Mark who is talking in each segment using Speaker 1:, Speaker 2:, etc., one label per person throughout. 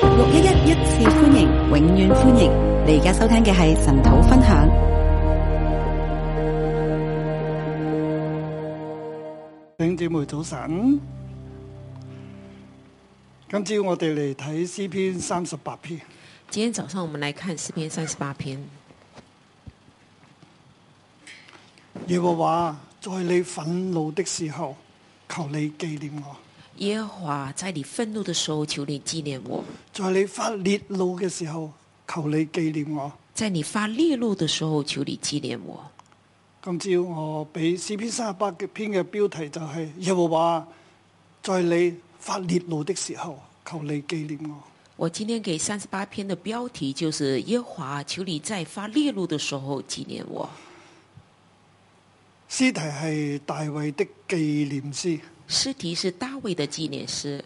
Speaker 1: 六一一一次歡迎，永遠歡迎！你而家收聽嘅係神土分享。
Speaker 2: 弟兄姊妹早晨，今朝我哋嚟睇詩篇三十八篇。
Speaker 3: 今天早上我们来看四篇三十八篇。
Speaker 2: 耶和華，在你憤怒的時候，求你紀念我；
Speaker 3: 耶和华，在你愤怒的时候，求你纪念我；
Speaker 2: 在你發烈怒嘅時候，求你紀念我。
Speaker 3: 在你发烈怒的时候，求你纪念我。
Speaker 2: 今朝我俾詩篇三十八篇嘅標題就係、耶和華，在你發烈怒的時候，求你紀念我。
Speaker 3: 我今天给三十八篇的标题就是耶和华，求你在发烈怒的时候纪念我。
Speaker 2: 詩題係大衛的紀念詩
Speaker 3: 诗题是大卫的纪念诗，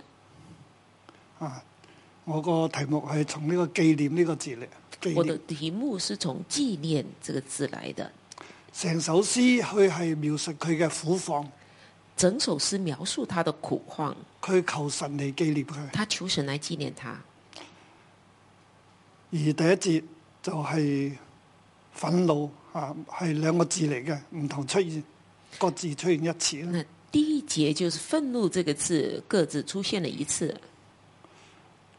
Speaker 2: 啊，我個題目係從呢個紀念呢個字嚟紀
Speaker 3: 我
Speaker 2: 念
Speaker 3: 的。题目是从“纪念”这个字来的。
Speaker 2: 成首詩佢係描述佢嘅苦況，
Speaker 3: 整首诗描述他的苦况，
Speaker 2: 佢求神嚟紀念佢。
Speaker 3: 他求神来纪念他。
Speaker 2: 而第一節就係憤怒啊，係兩個字嚟嘅，唔同出現，各自出現一次啦。
Speaker 3: 那第一节就是“愤怒”这个字，各自出现了一次。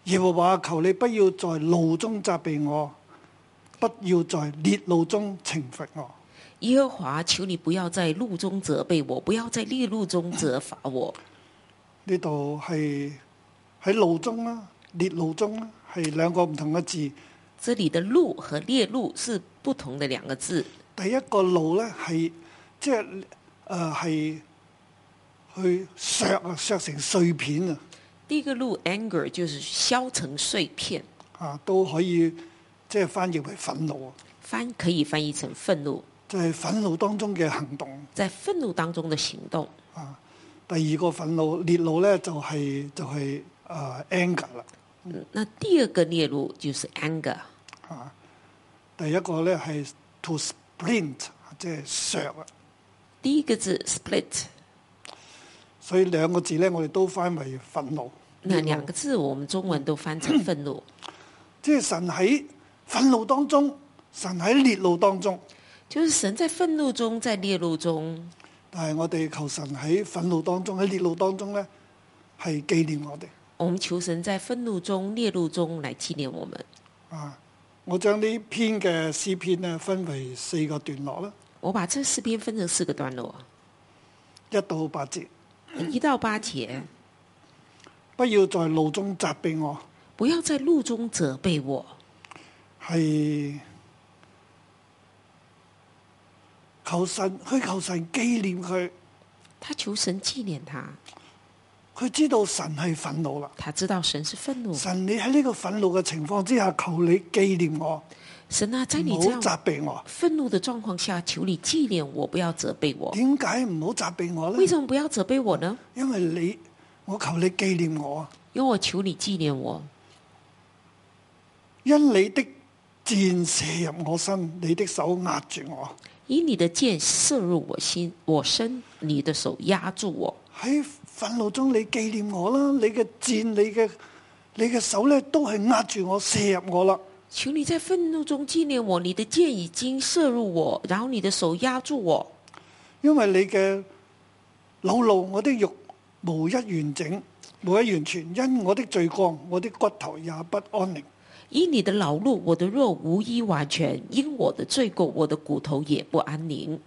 Speaker 2: 耶和華求你不要在怒中責備我，不要在烈怒中懲罰我。
Speaker 3: 耶和华，求你不要在路中责备我，不要在烈怒中责罚我。
Speaker 2: 呢度係喺怒中啦，烈怒中啦，係兩個唔同嘅字。
Speaker 3: 这里的“怒”和“烈怒”是不同的两个字。
Speaker 2: 第一個路咧係即係誒係去削啊，削成碎片啊，
Speaker 3: 第一个“怒 ”（anger） 就是削成碎片，
Speaker 2: 啊都可以即係翻譯為憤怒啊，
Speaker 3: 翻可以翻译成愤怒，
Speaker 2: 就係、憤怒當中嘅行動。
Speaker 3: 在愤怒当中的行动。
Speaker 2: 第二個憤怒烈怒咧就係、就係、誒 anger 啦，
Speaker 3: 嗯那第二个烈怒就是 anger，
Speaker 2: 啊第一個咧係 to splint 即係削啊，
Speaker 3: 第一个字 split，
Speaker 2: 所以兩個字咧我哋都翻為憤怒。
Speaker 3: 那两个字我们中文都翻成愤怒。
Speaker 2: 即係神喺憤怒當中，神喺烈怒當中。
Speaker 3: 就是神在愤怒中，在烈怒中，
Speaker 2: 但係我哋求神喺憤怒當中，喺烈怒當中呢，係紀念我哋
Speaker 3: 我们求神在愤怒中、烈怒中来纪念我们。
Speaker 2: 啊！我將呢篇嘅詩篇呢，分為四個段落啦，
Speaker 3: 我把这四篇分成四个段落，
Speaker 2: 一到八節。
Speaker 3: 一到八节，
Speaker 2: 不要在怒中責備我，
Speaker 3: 不要在路中责备我，
Speaker 2: 係求神去求神紀念佢。
Speaker 3: 他求神纪念他，
Speaker 2: 佢知道神係憤怒啦，
Speaker 3: 他知道神是愤怒，
Speaker 2: 神你喺呢個憤怒嘅情況之下，求你紀念我，
Speaker 3: 神啊，在
Speaker 2: 唔
Speaker 3: 你
Speaker 2: 好
Speaker 3: 这样
Speaker 2: 責備我。
Speaker 3: 愤怒的状况下，求你纪念我，不要责备我。
Speaker 2: 點解唔好責備我呢
Speaker 3: 为？什么不要责备我呢？
Speaker 2: 因為你，我求你紀念我啊！
Speaker 3: 因为我求你纪念我，
Speaker 2: 因你的箭射入我身，你的手壓住我。
Speaker 3: 以你的箭射入我心，我身，你的手压住我。
Speaker 2: 喺憤怒中，你紀念我啦！你嘅箭，你嘅你嘅手咧，都係壓住我，射入我啦。
Speaker 3: 求你在愤怒中纪念我，你的箭已经射入我，然后你的手压住我，
Speaker 2: 因為你嘅惱怒，我的肉無一完整，無一完全。因我的罪過，我的骨頭也不安寧。
Speaker 3: 以你的劳碌，我的肉无一完全；因我的罪过，我的骨头也不安宁。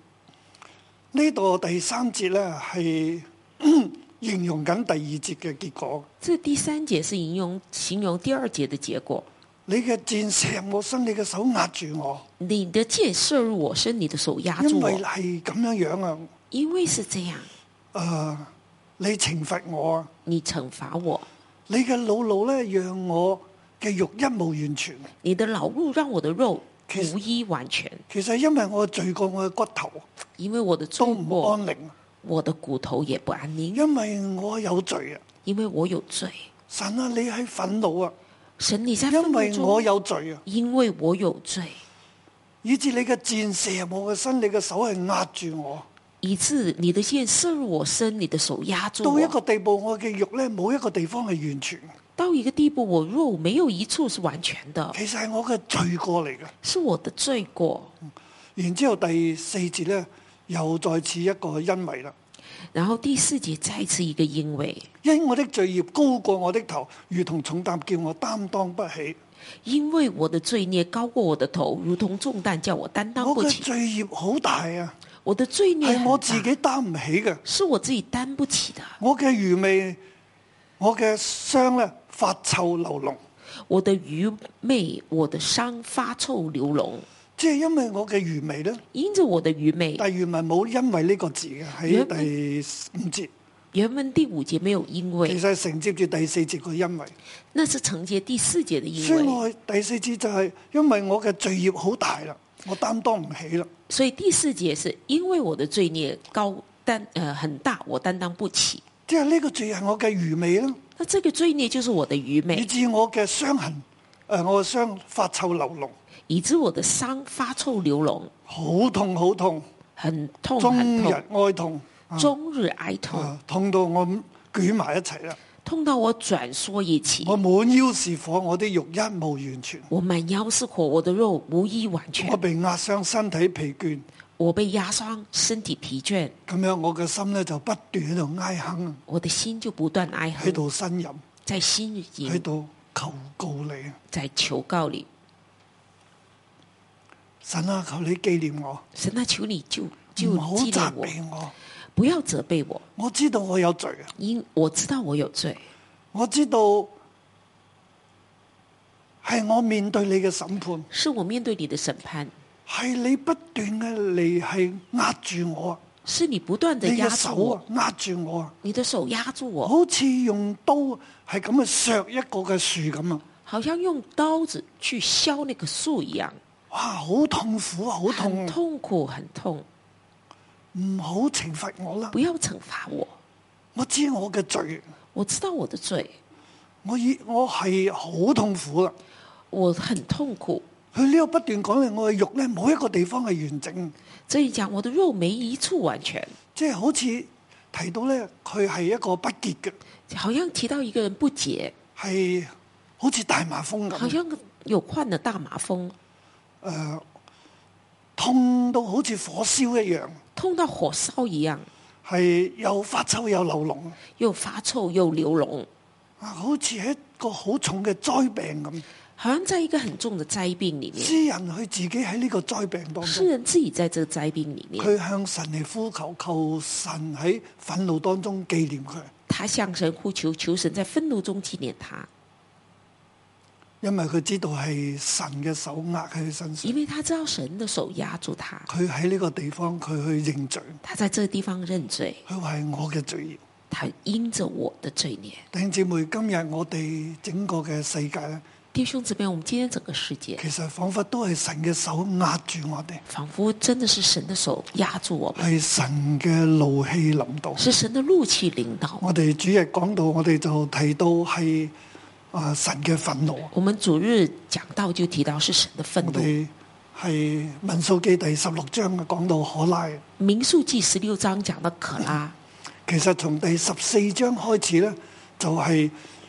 Speaker 2: 呢度第三節咧係 形容緊第二節嘅結果。
Speaker 3: 这第三节是形容形容第二节的结果。
Speaker 2: 你嘅箭射入我身，你嘅手壓住我，
Speaker 3: 你的箭射入我身，你的手压住
Speaker 2: 因
Speaker 3: 我
Speaker 2: 為，係咁樣樣啊！
Speaker 3: 因为是这样，
Speaker 2: 诶、你懲罰我啊！
Speaker 3: 你惩罚我，
Speaker 2: 你嘅老路咧，讓我嘅肉一無完全。
Speaker 3: 你的劳碌让我的肉
Speaker 2: 其实
Speaker 3: 无一完全，
Speaker 2: 其實因為我罪過，我嘅骨頭
Speaker 3: 因为我的
Speaker 2: 都
Speaker 3: 罪
Speaker 2: 唔
Speaker 3: 过，
Speaker 2: 安寧，
Speaker 3: 我的骨头也不安宁，
Speaker 2: 因為我有罪啊！
Speaker 3: 因为我有罪。
Speaker 2: 神啊，你喺憤怒啊！
Speaker 3: 神，你在愤
Speaker 2: 因
Speaker 3: 怒
Speaker 2: 為我
Speaker 3: 中，
Speaker 2: 有罪啊！
Speaker 3: 因为我有罪。
Speaker 2: 以致你嘅箭射入我嘅身，你嘅手係壓住我，
Speaker 3: 以致你的箭射入我身，你的手压住
Speaker 2: 到一
Speaker 3: 我。
Speaker 2: 個地步，我嘅肉咧冇一個地方係完全。
Speaker 3: 到一个地步，我肉没有一处是完全的，
Speaker 2: 其實係我嘅罪過嚟嘅。
Speaker 3: 是我的罪过。
Speaker 2: 然之後第四節咧，又再次一個因為啦，
Speaker 3: 然后第四节再次一个因为，
Speaker 2: 因我的罪孽高過我的頭，如同重擔叫我擔當不起。
Speaker 3: 因为我的罪孽高过我的头，如同重担叫我担当
Speaker 2: 我
Speaker 3: 不
Speaker 2: 嘅
Speaker 3: 起。
Speaker 2: 罪孽好大啊，
Speaker 3: 我的罪孽
Speaker 2: 係
Speaker 3: 很
Speaker 2: 哎我
Speaker 3: 大
Speaker 2: 自己擔唔起嘅。
Speaker 3: 是我自己担不起的。
Speaker 2: 我嘅愚昧，我嘅傷咧發臭流脓，
Speaker 3: 我的愚昧，我的伤发臭流脓，
Speaker 2: 即係因為我嘅愚昧咧。
Speaker 3: 因着我的愚昧。
Speaker 2: 但係原文冇因為呢個字嘅喺
Speaker 3: 原
Speaker 2: 第五節，
Speaker 3: 原文第五节没有因
Speaker 2: 其
Speaker 3: 为，
Speaker 2: 實係承接住第四節個因為。
Speaker 3: 那是承接第四节的因
Speaker 2: 所以
Speaker 3: 为。
Speaker 2: 我第四節就係因為我嘅罪孽好大啦，我擔當唔起啦。
Speaker 3: 所以第四节是因为我的罪孽高担呃很大，我担当不起。
Speaker 2: 即係呢個罪係我嘅愚昧啦，
Speaker 3: 那这个罪孽就是我的愚
Speaker 2: 以
Speaker 3: 昧，
Speaker 2: 致我嘅傷痕，诶、我嘅傷發臭流脓，
Speaker 3: 以致我的伤发臭流脓，
Speaker 2: 好痛好痛，
Speaker 3: 很痛
Speaker 2: 終
Speaker 3: 很
Speaker 2: 日
Speaker 3: 痛，
Speaker 2: 哀痛，
Speaker 3: 终日哀痛，
Speaker 2: 啊痛到我捲埋一齊啦。
Speaker 3: 痛到我转缩一起
Speaker 2: 我。滿腰是火，我啲肉一無完全，
Speaker 3: 我满腰是火，我的肉无一完全
Speaker 2: 我，被壓傷，身體疲倦，
Speaker 3: 我被压伤，身体疲倦，
Speaker 2: 咁樣我嘅心咧就不斷喺度哀哼啊，
Speaker 3: 我的心就不断哀
Speaker 2: 喺
Speaker 3: 恨，
Speaker 2: 度呻吟，
Speaker 3: 在呻
Speaker 2: 喺
Speaker 3: 吟，
Speaker 2: 度求告你啊，
Speaker 3: 在求告你，
Speaker 2: 神啊，求你紀念我，
Speaker 3: 神啊，求你就就
Speaker 2: 唔好
Speaker 3: 纪
Speaker 2: 責
Speaker 3: 念
Speaker 2: 備
Speaker 3: 我，
Speaker 2: 我。
Speaker 3: 不要责备我，
Speaker 2: 我知道我有罪啊，
Speaker 3: 因我知道我有罪，
Speaker 2: 我知道係我面對你嘅審判，
Speaker 3: 是我面对你的审判，
Speaker 2: 係你不斷嘅嚟係壓住我啊，
Speaker 3: 是你不断的
Speaker 2: 你
Speaker 3: 压
Speaker 2: 嘅
Speaker 3: 住
Speaker 2: 手啊
Speaker 3: 我，
Speaker 2: 壓住我啊，
Speaker 3: 你的手压住我，
Speaker 2: 好似用刀係咁去削一個嘅樹咁啊！
Speaker 3: 好像用刀子去削那个树一样，
Speaker 2: 哇，好痛苦啊，好痛
Speaker 3: 很
Speaker 2: 啊！
Speaker 3: 痛苦，很痛。
Speaker 2: 唔好懲罰我啦，
Speaker 3: 不要惩罚我，
Speaker 2: 我知我嘅罪，
Speaker 3: 我知道我的罪，
Speaker 2: 我以我係好痛苦啦。
Speaker 3: 我很痛苦。
Speaker 2: 佢呢度不斷講嘅，我嘅肉咧冇一個地方係完整，
Speaker 3: 这一讲，我的肉没一处完全，
Speaker 2: 即係好似提到咧，佢係一個不潔嘅，
Speaker 3: 好像提到一个人不洁，
Speaker 2: 係好似大麻風
Speaker 3: 好
Speaker 2: 咁，
Speaker 3: 像有患了大麻风，
Speaker 2: 痛到好似火燒一樣，
Speaker 3: 痛到火烧一样，
Speaker 2: 係又發臭又流脓，
Speaker 3: 又发臭又流脓，
Speaker 2: 啊，好似係一個好重嘅災病咁。
Speaker 3: 好像在一个很重的灾病里面。
Speaker 2: 詩人佢自己喺呢個災病當
Speaker 3: 诗
Speaker 2: 中，
Speaker 3: 人自己在这个灾病里面，
Speaker 2: 佢向神嚟呼求，求神喺憤怒當中紀念佢。
Speaker 3: 他向神呼求，求神在愤怒中纪念他，
Speaker 2: 因為佢知道係神嘅手握喺佢身上
Speaker 3: 因，为他知道神的手压住他，
Speaker 2: 佢喺呢個地方佢去認罪，
Speaker 3: 他在这个地方认罪，
Speaker 2: 佢話係我嘅罪孽。
Speaker 3: 他因着我的罪孽。
Speaker 2: 弟兄姊妹，今日我哋整個嘅世界咧，
Speaker 3: 弟兄姊妹，我们今天整个世界，
Speaker 2: 其實彷彿都係神嘅手壓住我哋，
Speaker 3: 仿佛真的是神的手压住我们，
Speaker 2: 係神嘅怒氣臨到。
Speaker 3: 是神的怒气领导我们。
Speaker 2: 我哋主日講到，我哋就提到係啊神嘅憤怒。
Speaker 3: 我们主日讲到就提到是神的愤
Speaker 2: 我
Speaker 3: 怒。
Speaker 2: 哋係民數記第十六章講到可拉，
Speaker 3: 民数记十六章讲到可拉，
Speaker 2: 其實從第十四章開始咧，就係、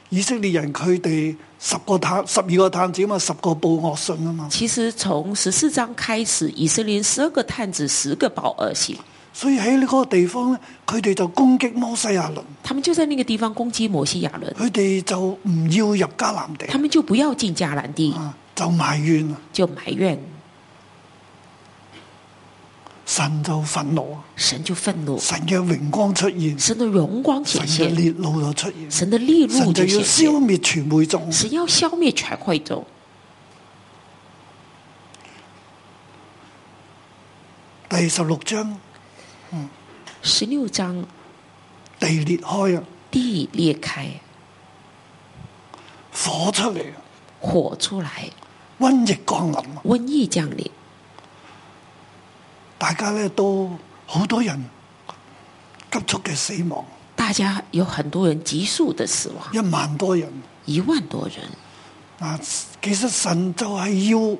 Speaker 2: 以色列人佢哋十個探十二個探子嘛，十個報惡信啊嘛，
Speaker 3: 其实从十四章开始，以色列十二个探子，十个报恶行，
Speaker 2: 所以喺呢個地方咧，佢哋就攻擊摩西亞倫。
Speaker 3: 他们就在那个地方攻击摩西亚伦，
Speaker 2: 佢哋就唔要入迦南地
Speaker 3: 他们就不要进迦南地，
Speaker 2: 啊，就埋怨啊，
Speaker 3: 就埋怨，
Speaker 2: 神就憤怒啊，
Speaker 3: 神就愤怒，
Speaker 2: 神嘅榮光出現，
Speaker 3: 神的荣光
Speaker 2: 神
Speaker 3: 显
Speaker 2: 嘅
Speaker 3: 现，
Speaker 2: 烈怒就出現，
Speaker 3: 神的烈怒
Speaker 2: 神就
Speaker 3: 就
Speaker 2: 要
Speaker 3: 显
Speaker 2: 消
Speaker 3: 现，
Speaker 2: 滅全會眾。
Speaker 3: 神要消灭全会众。
Speaker 2: 第十六章
Speaker 3: 十六章
Speaker 2: 地裂開啊，
Speaker 3: 地裂开，
Speaker 2: 火出嚟啊，
Speaker 3: 火出来，
Speaker 2: 瘟疫降臨啊，
Speaker 3: 瘟疫降临，
Speaker 2: 大家咧都好多人急速嘅死亡，
Speaker 3: 大家有很多人急速的死亡，
Speaker 2: 一萬多人
Speaker 3: 一万多人。
Speaker 2: 啊。其實神就係要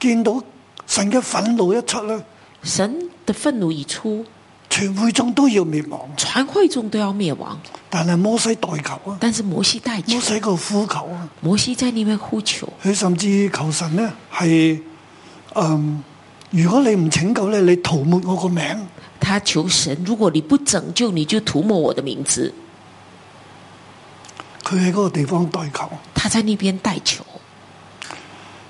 Speaker 2: 見到神嘅憤怒一出咧，
Speaker 3: 神的愤怒一出，
Speaker 2: 全会众都要滅亡。
Speaker 3: 全会众都要灭亡。
Speaker 2: 但係摩西代求啊，
Speaker 3: 但是摩西代求
Speaker 2: 摩，西個呼求啊，
Speaker 3: 摩西在那边呼求，
Speaker 2: 佢甚至求神呢係嗯，如果你唔拯救咧，你塗抹我個名。
Speaker 3: 他求神：如果你不拯救，你就涂抹我的名字。
Speaker 2: 佢喺嗰個地方代求，
Speaker 3: 他在那边代求。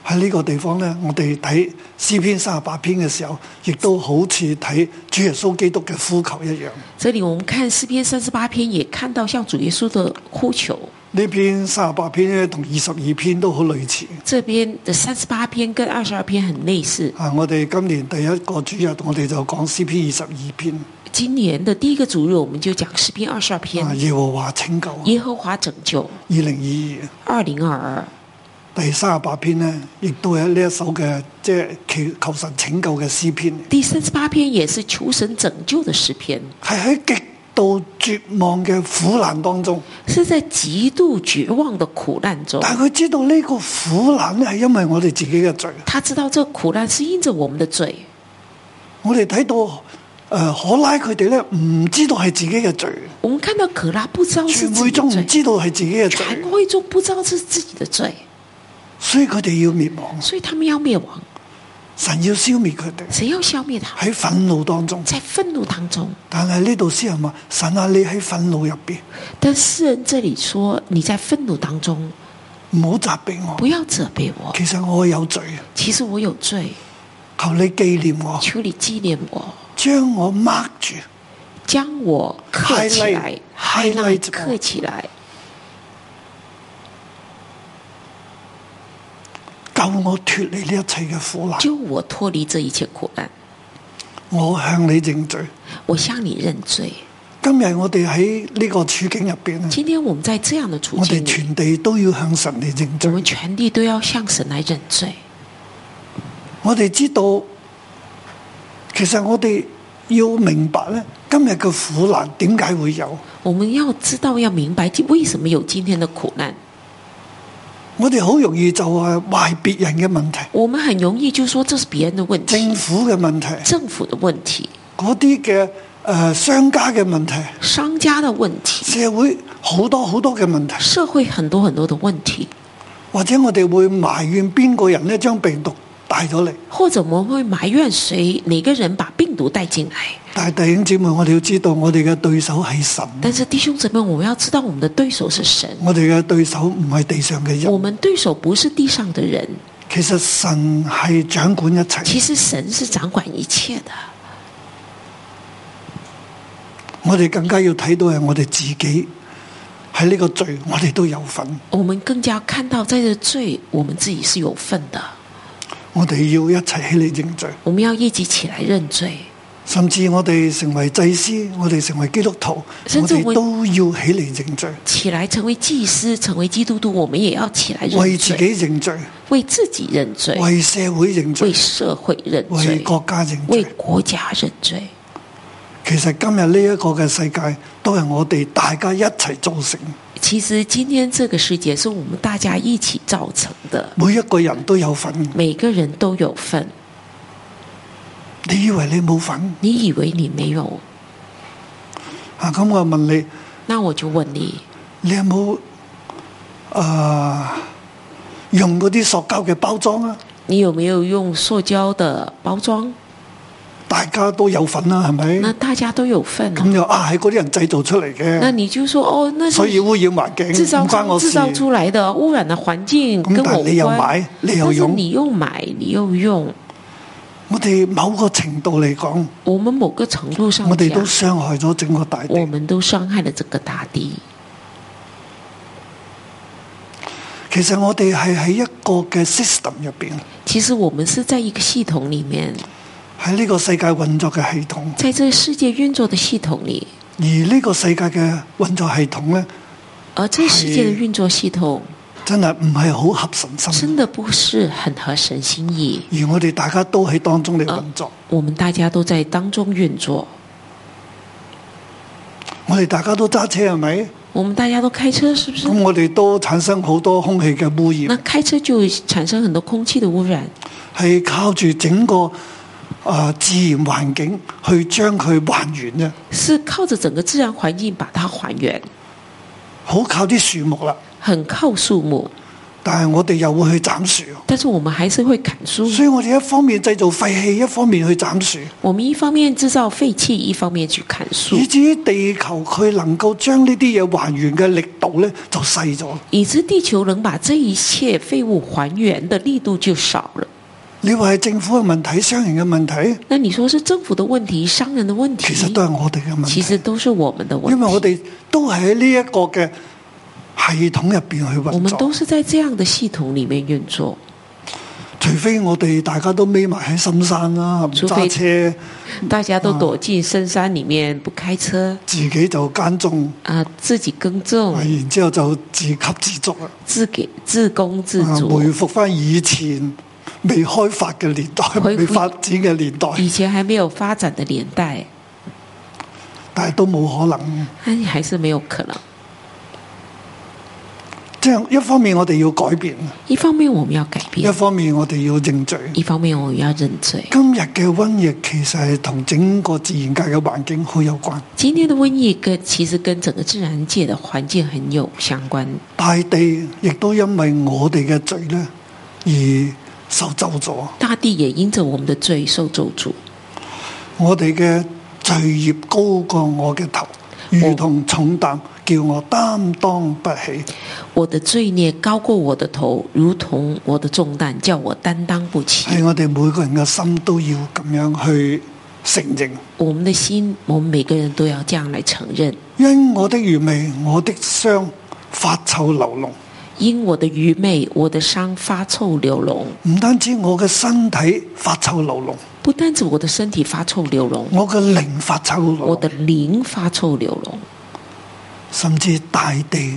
Speaker 2: 喺呢個地方呢，我哋睇詩篇三十八篇嘅時候，亦都好似睇主耶穌基督嘅呼求一樣。
Speaker 3: 这里我们看诗篇三十八篇，也看到像主耶稣的呼求。
Speaker 2: 呢篇三十八篇咧，同二十二篇都好類似。
Speaker 3: 这边的三十八篇跟二十二篇很类似。
Speaker 2: 啊，我哋今年第一個主日，我哋就講詩篇二十二篇。啊
Speaker 3: 今年的第一个主日，我们就讲诗篇二十二篇，
Speaker 2: 啊，耶和華拯救。二
Speaker 3: 耶和华拯救。
Speaker 2: 零二
Speaker 3: 二零二二
Speaker 2: 二第三十八篇呢，亦都係呢一首嘅即係祈求神拯救嘅詩篇，
Speaker 3: 第三十八篇也是求神拯救的诗篇，
Speaker 2: 係喺極度絕望嘅苦難當中，
Speaker 3: 是在极度绝望的苦难中。
Speaker 2: 但係佢知道呢個苦難咧係因為我哋自己嘅罪。
Speaker 3: 他知道这苦难是因着我们的罪。
Speaker 2: 我哋睇到誒、呃可拉佢哋咧，唔知道係自己嘅罪，
Speaker 3: 我们看到可拉不知道是
Speaker 2: 全
Speaker 3: 自
Speaker 2: 會
Speaker 3: 己
Speaker 2: 中
Speaker 3: 的
Speaker 2: 唔
Speaker 3: 罪，
Speaker 2: 知道係自己嘅罪
Speaker 3: 全，会众不知道是自己的罪，
Speaker 2: 所以佢哋要滅亡，
Speaker 3: 所以他们要灭亡。
Speaker 2: 神要消滅佢哋
Speaker 3: 谁要消灭他？
Speaker 2: 喺憤怒當中。
Speaker 3: 在愤怒当中。
Speaker 2: 但係呢度詩人話：神啊，你喺憤怒入邊，
Speaker 3: 但诗人这里说，你在愤怒当中，
Speaker 2: 唔好責備我。
Speaker 3: 不要责备我。
Speaker 2: 其實我有罪，
Speaker 3: 其实我有罪，
Speaker 2: 求你紀念我，
Speaker 3: 求你纪念我，
Speaker 2: 將我 mark 住，
Speaker 3: 将我刻起来
Speaker 2: Highlight- highlight
Speaker 3: 刻起来，
Speaker 2: 救我脱離呢一切嘅苦難。
Speaker 3: 救我脱离这一切苦难。
Speaker 2: 我向你認罪。
Speaker 3: 我向你认罪。
Speaker 2: 今日我哋喺呢個處境入邊咧，
Speaker 3: 今天我们在这样的处
Speaker 2: 我哋
Speaker 3: 境里，
Speaker 2: 全地都要向神嚟認
Speaker 3: 我
Speaker 2: 罪。
Speaker 3: 们全地都要向神来认罪。
Speaker 2: 我哋知道，其實我哋要明白咧，今日嘅苦難點解會有？
Speaker 3: 我们要知道，要明白为什么有今天的苦難。
Speaker 2: 我哋好容易就係怪別人嘅問題、
Speaker 3: 我们很容易就說這是別人的問題，
Speaker 2: 政府嘅問題、
Speaker 3: 政府的問題，
Speaker 2: 嗰啲嘅誒商家嘅問題、
Speaker 3: 商家的問題，
Speaker 2: 社會好多好多嘅問題，
Speaker 3: 社會很多很多的問題，
Speaker 2: 或者我哋會埋怨邊個人咧將病毒帶咗嚟。
Speaker 3: 或者我們會埋怨誰哪個人把病毒帶進來。
Speaker 2: 但係弟兄姊妹，我哋要知道，我哋嘅對手係神，
Speaker 3: 但是弟兄姊妹，我們要知道我們的對手是神，
Speaker 2: 我哋嘅對手唔係地上嘅
Speaker 3: 我
Speaker 2: 人。
Speaker 3: 們對手不是地上的人，
Speaker 2: 其實神係掌管一切，
Speaker 3: 其實神是掌管一切的。
Speaker 2: 我哋更加要睇到係我哋自己喺呢個罪，我哋都有份。
Speaker 3: 我們更加看到，在這罪，我們自己是有份的。
Speaker 2: 我哋要一齊起嚟認罪，
Speaker 3: 我們要一起起來認罪，
Speaker 2: 甚至我哋成為祭司，我哋成為基督徒，我
Speaker 3: 甚至
Speaker 2: 哋
Speaker 3: 會
Speaker 2: 都要起嚟認罪，
Speaker 3: 起來成為祭司，成為基督徒，我們也要起來
Speaker 2: 為
Speaker 3: 認
Speaker 2: 自
Speaker 3: 罪，
Speaker 2: 己認罪，
Speaker 3: 為自己認罪，
Speaker 2: 為社會認罪
Speaker 3: 为，社會認
Speaker 2: 為
Speaker 3: 罪，
Speaker 2: 國家認
Speaker 3: 為
Speaker 2: 罪。
Speaker 3: 國家認罪。
Speaker 2: 其實今日呢一個嘅世界，都係我哋大家一齊造成，
Speaker 3: 其實今天這個世界是我們大家一起造成的，
Speaker 2: 每一個人都有份。
Speaker 3: 每個人都有份。
Speaker 2: 你以為你冇份
Speaker 3: 你以為你沒有？
Speaker 2: 啊？咁我問你，
Speaker 3: 那我就問你，
Speaker 2: 你有冇啊用嗰啲塑膠嘅包裝啊？
Speaker 3: 你有沒有用塑膠的包裝？
Speaker 2: 大家都有份啦、係
Speaker 3: 那
Speaker 2: 咪？
Speaker 3: 大家都有份啊
Speaker 2: 咁。就啊，係嗰啲人製造出嚟
Speaker 3: 那
Speaker 2: 嘅，
Speaker 3: 你就說哦，那是
Speaker 2: 所以污染環境，
Speaker 3: 制造
Speaker 2: 唔關
Speaker 3: 出
Speaker 2: 我
Speaker 3: 制
Speaker 2: 事。
Speaker 3: 造出來的污染的環境
Speaker 2: 咁
Speaker 3: 跟
Speaker 2: 但
Speaker 3: 我
Speaker 2: 係
Speaker 3: 無
Speaker 2: 你又
Speaker 3: 關
Speaker 2: 買，，你又
Speaker 3: 但是
Speaker 2: 用。
Speaker 3: 你又買，你又用，
Speaker 2: 我哋某個程度嚟講，
Speaker 3: 我們某個程度上
Speaker 2: 我哋都
Speaker 3: 講，
Speaker 2: 傷害咗整個大
Speaker 3: 我
Speaker 2: 地。
Speaker 3: 們都傷害了這個大地。
Speaker 2: 其實我哋係喺一個嘅 system 入邊，
Speaker 3: 其實我們是在一個系統裡面，
Speaker 2: 喺呢個世界運作嘅系統，
Speaker 3: 在這個世界運作的系統裡，
Speaker 2: 而呢個世界嘅運作系統呢，
Speaker 3: 而這世界的運作系統
Speaker 2: 真係唔係好合神心。
Speaker 3: 真的不是很合神心意。
Speaker 2: 而我哋大家都喺當中嚟運作，
Speaker 3: 我們大家都在當中運作，
Speaker 2: 我哋大家都揸車係咪？
Speaker 3: 我們大家都開車，是不是？
Speaker 2: 咁我哋都產生好多空氣嘅污
Speaker 3: 那
Speaker 2: 染，
Speaker 3: 開車就產生很多空氣的污染，
Speaker 2: 係靠住整個啊自然環境去將佢還原啊咧？
Speaker 3: 是靠着整个自然环境把它还原，
Speaker 2: 好靠啲樹木啦，
Speaker 3: 很靠树木，
Speaker 2: 但係我哋又會去斬樹，
Speaker 3: 但是我们还是會砍树。
Speaker 2: 所以我哋一方面製造廢氣，一方面去斬樹，
Speaker 3: 我们一方面制造废气，一方面去砍树
Speaker 2: 以，至於地球佢能夠將呢啲嘢還原嘅力度咧就細咗。
Speaker 3: 以致地球能把这一切废物还原的力度就少了。
Speaker 2: 你話係政府嘅問題、商人嘅問題，
Speaker 3: 那你说是政府的问題、商人的问
Speaker 2: 其
Speaker 3: 题，
Speaker 2: 實都係我哋嘅問
Speaker 3: 其
Speaker 2: 題，
Speaker 3: 實都是我们的问
Speaker 2: 因為
Speaker 3: 题。
Speaker 2: 我哋都係喺呢一個嘅系統入邊去
Speaker 3: 我
Speaker 2: 運
Speaker 3: 们
Speaker 2: 作
Speaker 3: 都。是在这样的系统里面运作，
Speaker 2: 除非我哋大家都匿埋喺深山啦，唔
Speaker 3: 除非
Speaker 2: 揸車，
Speaker 3: 大家都躲进深山里面不开车
Speaker 2: 自己就耕種，
Speaker 3: 啊，自己耕种，
Speaker 2: 然之後就自給自足啦，
Speaker 3: 自给自供自
Speaker 2: 啊回
Speaker 3: 足。
Speaker 2: 復翻以前未開發嘅年代、
Speaker 3: 恢復
Speaker 2: 未發展嘅年代，
Speaker 3: 以前还没有发展的年代，
Speaker 2: 但係都冇可能。
Speaker 3: 哎，还是没有可能。
Speaker 2: 即係一方面我哋要改變，
Speaker 3: 一方面我们要改
Speaker 2: 一
Speaker 3: 变，
Speaker 2: 方面我哋要認罪。
Speaker 3: 一方面我们要认罪。
Speaker 2: 今日嘅瘟疫其實係同整個自然界嘅環境好有關，
Speaker 3: 今天的瘟疫跟其实跟整个自然界的环境很有相关，
Speaker 2: 大地亦都因為我哋嘅罪呢而受咒咗。
Speaker 3: 大地也因着我们的罪受咒诅，
Speaker 2: 我哋嘅罪孽高過我嘅
Speaker 3: 哦
Speaker 2: 頭，如同重擔，叫我擔當不起。
Speaker 3: 我的罪孽高过我的头，如同我的重担，叫我担当不起。
Speaker 2: 係我哋每個人嘅心都要咁樣去承認。
Speaker 3: 我们的心，我们每个人都要这样来承认：
Speaker 2: 因我的愚昧，我的傷發臭流脓。
Speaker 3: 因我的愚昧，我的伤发臭流脓。
Speaker 2: 唔單止我嘅身體發臭流脓，
Speaker 3: 不单指我的身体发臭流脓，
Speaker 2: 我嘅靈發臭
Speaker 3: 我
Speaker 2: 流
Speaker 3: 的
Speaker 2: 脓，
Speaker 3: 灵发臭流脓，
Speaker 2: 甚至大地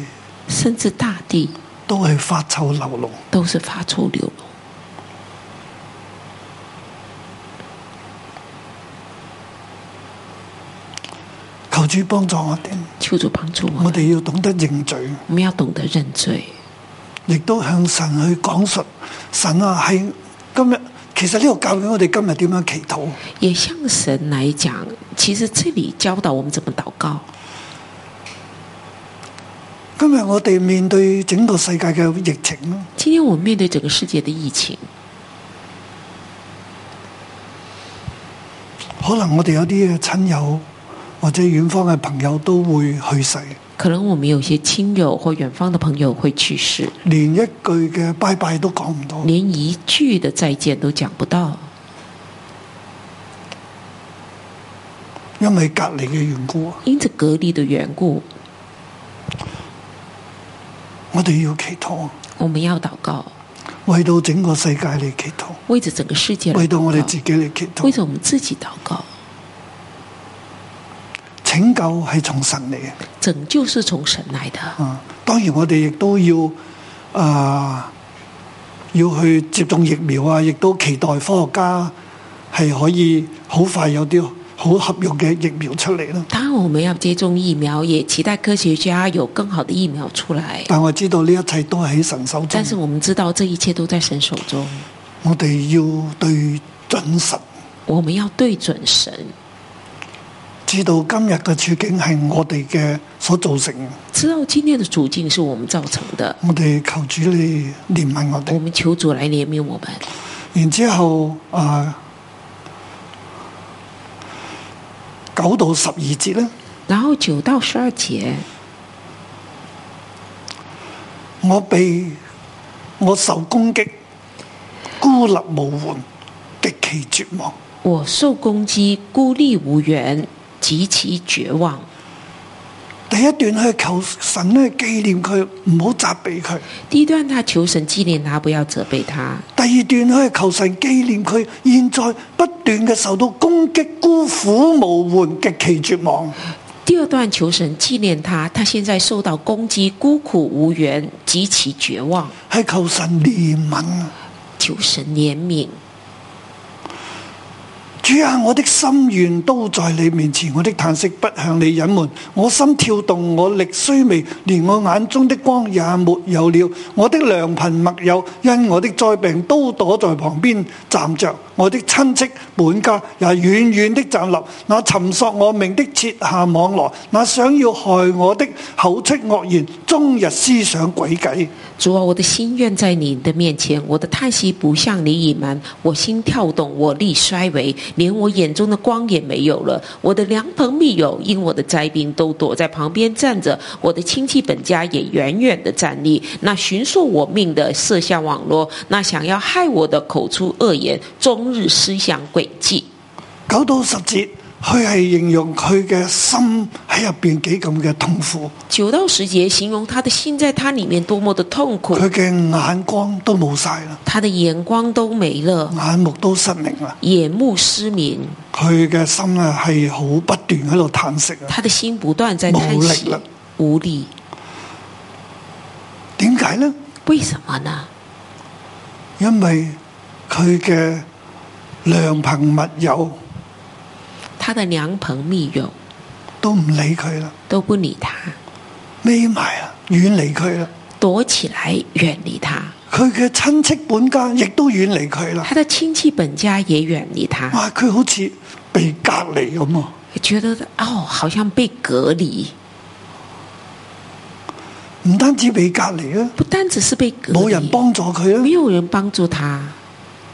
Speaker 3: 甚至大地
Speaker 2: 都係發臭流脓。
Speaker 3: 都是发臭流脓。
Speaker 2: 求主幫助我哋，
Speaker 3: 求主帮助我
Speaker 2: 我
Speaker 3: 们，
Speaker 2: 哋要懂得認罪。
Speaker 3: 我们要懂得认罪。
Speaker 2: 亦都向神去講述，神啊喺今日，其實呢個教緊我哋今日點樣祈禱。
Speaker 3: 也向神来讲，其实这里教导我们怎么祷告。
Speaker 2: 今日我哋面對整個世界嘅疫情
Speaker 3: 今天我们面对整个世界的疫情，
Speaker 2: 可能我哋有啲嘅親友或者遠方嘅朋友都會去世，
Speaker 3: 可能我们有些亲友或远方的朋友会去世，
Speaker 2: 連一句嘅拜拜都講唔到。
Speaker 3: 连一句的再见都讲不到，
Speaker 2: 因為隔離嘅緣故，
Speaker 3: 因着隔离的缘故，
Speaker 2: 我哋要祈禱，
Speaker 3: 我们要祷告，
Speaker 2: 為到整個世界嚟祈禱，
Speaker 3: 为着整个世界来
Speaker 2: 為到我哋
Speaker 3: 祷
Speaker 2: 自己嚟祈
Speaker 3: 告，为
Speaker 2: 禱。
Speaker 3: 着我们自己祷告。
Speaker 2: 拯救係從神嚟嘅。
Speaker 3: 拯救是从神来的，
Speaker 2: 啊，當然我哋亦都要啊、要去接種疫苗啊，亦都期待科學家係可以好快有啲好合用嘅疫苗出嚟啦。
Speaker 3: 当然我们要接种疫苗，也期待科学家有更好的疫苗出来。
Speaker 2: 但我知道呢一切都喺神手中
Speaker 3: 但，是我们知道这一切都在神手中，
Speaker 2: 我哋要對準神，
Speaker 3: 我们要对准神，
Speaker 2: 知道今日嘅處境係我哋嘅所造成嘅。
Speaker 3: 知道今天的处境是我们造成的。
Speaker 2: 我哋求主你憐憫我
Speaker 3: 我
Speaker 2: 哋，
Speaker 3: 们求主来怜悯我们。
Speaker 2: 然之後啊九到十二節咧。
Speaker 3: 然后九到十二节，
Speaker 2: 我被我受攻擊，孤立無援，極其絕望。
Speaker 3: 我受攻击，孤立无援，极其绝望。
Speaker 2: 第一段去求神去紀念佢，唔好責備佢；
Speaker 3: 第一段，他求神纪念他，不要责备他；
Speaker 2: 第二段去求神紀念佢，現在不斷嘅受到攻擊，孤苦無援，極其絕望。
Speaker 3: 第二段，求神纪念他，他现在受到攻击，孤苦无援，极其绝望。
Speaker 2: 係求神憐憫啊，
Speaker 3: 求神怜悯，
Speaker 2: 主啊，我的心愿都在你面前，我的叹息不向你隐瞒。我心跳动，我力衰微，连我眼中的光也没有了。我的良朋密友因我的灾病都躲在旁邊站着，我的親戚本家也遠遠的站立。那尋索我命的設下網羅，那想要害我的口出惡言，終日思想詭計。
Speaker 3: 主啊，我的心愿在你的面前，我的叹息不向你隐瞒，我心跳动，我力衰微，连我眼中的光也没有了。我的良朋密友因我的灾病都躲在旁边站着，我的亲戚本家也远远的站立。那寻索我命的设下网络，那想要害我的口出恶言，终日思想诡计。
Speaker 2: 九到十節，佢係形容佢嘅心喺入邊幾咁嘅痛苦，
Speaker 3: 九到十节形容他的心在他里面多么的痛苦，
Speaker 2: 佢嘅眼光都冇晒啦，
Speaker 3: 他的眼光都没了，
Speaker 2: 眼目都失明啦，
Speaker 3: 眼目失明，
Speaker 2: 佢嘅心啊係好不斷喺度嘆息啊。
Speaker 3: 他的心不断在叹
Speaker 2: 无力
Speaker 3: 息
Speaker 2: 了，
Speaker 3: 无力。
Speaker 2: 點解呢？
Speaker 3: 为什么呢？
Speaker 2: 因為佢嘅良朋密友
Speaker 3: 他的良朋密友
Speaker 2: 都唔理佢啦，
Speaker 3: 都不理他，
Speaker 2: 匿埋啦，遠離佢啦。
Speaker 3: 躲起来远离他。
Speaker 2: 佢嘅親戚本家亦都遠離佢啦。
Speaker 3: 他的亲戚本家也远离他，
Speaker 2: 哇！佢好似被隔離咁啊，
Speaker 3: 觉得哦，好像被隔离，
Speaker 2: 唔單止被隔離啊，
Speaker 3: 不单只是被隔离，
Speaker 2: 冇人幫助佢啊
Speaker 3: 没。有人帮助他，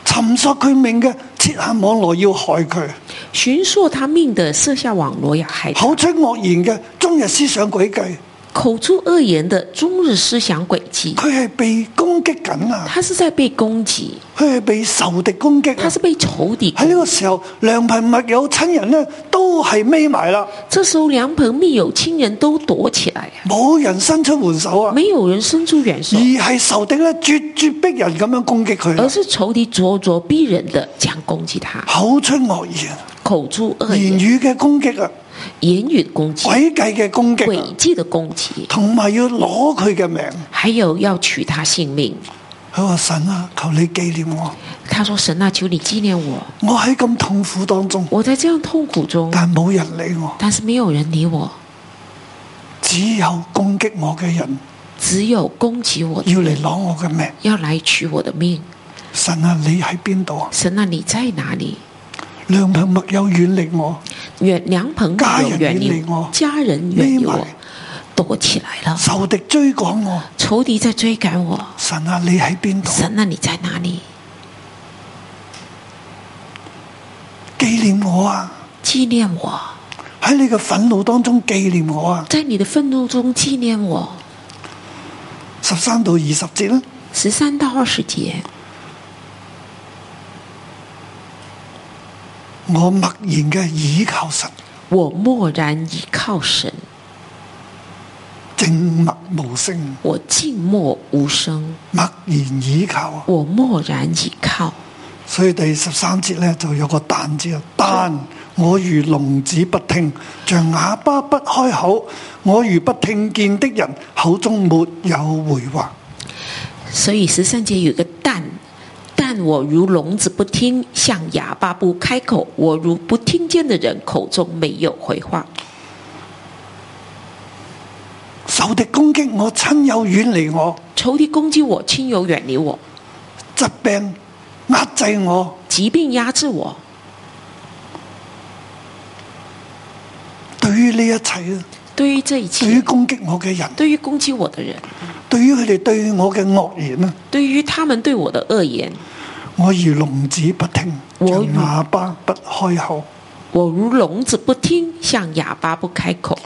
Speaker 2: 尋索佢命嘅，設下網羅要害佢；
Speaker 3: 寻索他命的设下网罗要害他，
Speaker 2: 口出惡言嘅，終日思想詭計。
Speaker 3: 口出恶言的终日思想诡计，
Speaker 2: 佢係被攻擊緊啊！
Speaker 3: 他是在被攻击，
Speaker 2: 佢係被仇敵攻擊
Speaker 3: 他
Speaker 2: 啊。
Speaker 3: 是被仇敌
Speaker 2: 喺呢
Speaker 3: 攻
Speaker 2: 個
Speaker 3: 击。
Speaker 2: 時候，良朋密友親人呢，都係匿埋啦，
Speaker 3: 这时候，良朋密友亲人都躲起来，啊
Speaker 2: 冇人伸出援手啊，
Speaker 3: 没有人伸出援手
Speaker 2: 而。係仇敵咧咄咄逼人咁樣攻擊佢啊
Speaker 3: 而
Speaker 2: 啦，
Speaker 3: 是仇敌咄咄逼人的这样攻击他，
Speaker 2: 口出惡言、
Speaker 3: 口出恶
Speaker 2: 言語
Speaker 3: 言、
Speaker 2: 嘅攻擊啊，
Speaker 3: 言语的攻击、
Speaker 2: 詭計嘅攻擊啊
Speaker 3: 诡，计的攻击，
Speaker 2: 同埋要攞佢嘅命。
Speaker 3: 还有要取他性命。
Speaker 2: 佢話神啊，求你紀念我，
Speaker 3: 他说：“神啊，求你纪念我，
Speaker 2: 我喺咁痛苦當中，
Speaker 3: 我在这样痛苦中，
Speaker 2: 但冇人理我。
Speaker 3: 但是没有人理我，
Speaker 2: 只有攻擊我嘅人
Speaker 3: 只有攻击我的
Speaker 2: 要嚟
Speaker 3: 人
Speaker 2: 攞我嘅命。
Speaker 3: 要来取我的命。
Speaker 2: 神啊，你喺邊度啊？
Speaker 3: 神啊，你在哪里？
Speaker 2: 良朋密友遠離我，
Speaker 3: 远良朋
Speaker 2: 家
Speaker 3: 友
Speaker 2: 人
Speaker 3: 远
Speaker 2: 远
Speaker 3: 离
Speaker 2: 离我
Speaker 3: 家人远离
Speaker 2: 匿
Speaker 3: 我
Speaker 2: 埋，
Speaker 3: 躲起来了。
Speaker 2: 仇敵追趕我。
Speaker 3: 仇敌在追赶我，
Speaker 2: 神啊，你喺邊度？
Speaker 3: 神啊，你在哪里？
Speaker 2: 紀念我啊！
Speaker 3: 纪念我，
Speaker 2: 喺你嘅憤怒當中紀念我啊！
Speaker 3: 在你的愤怒中纪念我。”
Speaker 2: 十三到二十節啦，
Speaker 3: 十三到二十节，
Speaker 2: 我默然嘅倚靠神，
Speaker 3: 我默然倚靠神，
Speaker 2: 靜默無聲，
Speaker 3: 我静默无声，
Speaker 2: 默然倚靠啊！
Speaker 3: 我默然倚靠。
Speaker 2: 所以第十三節咧就有個但字啊，但我如聾子不聽，像啞巴不開口，我如不聽見的人，口中沒有回話。
Speaker 3: 所以十三节有个但，但我如聋子不听，像哑巴不开口；我如不听见的人，口中没有回话。
Speaker 2: 仇敵攻擊我，親友遠離我，
Speaker 3: 仇敌攻击我，亲友远离我，
Speaker 2: 疾病壓制我，
Speaker 3: 疾病压制我。
Speaker 2: 對於呢一切啊，
Speaker 3: 对于这一
Speaker 2: 對於
Speaker 3: 切，
Speaker 2: 攻擊我嘅人，
Speaker 3: 对于攻击我的人，
Speaker 2: 對於佢哋對我嘅惡言啊，
Speaker 3: 对于他们对我的恶言，
Speaker 2: 我如聾子不聽，
Speaker 3: 我
Speaker 2: 像
Speaker 3: 如
Speaker 2: 啞巴不開口，
Speaker 3: 我如聋子不听，像哑巴不开口。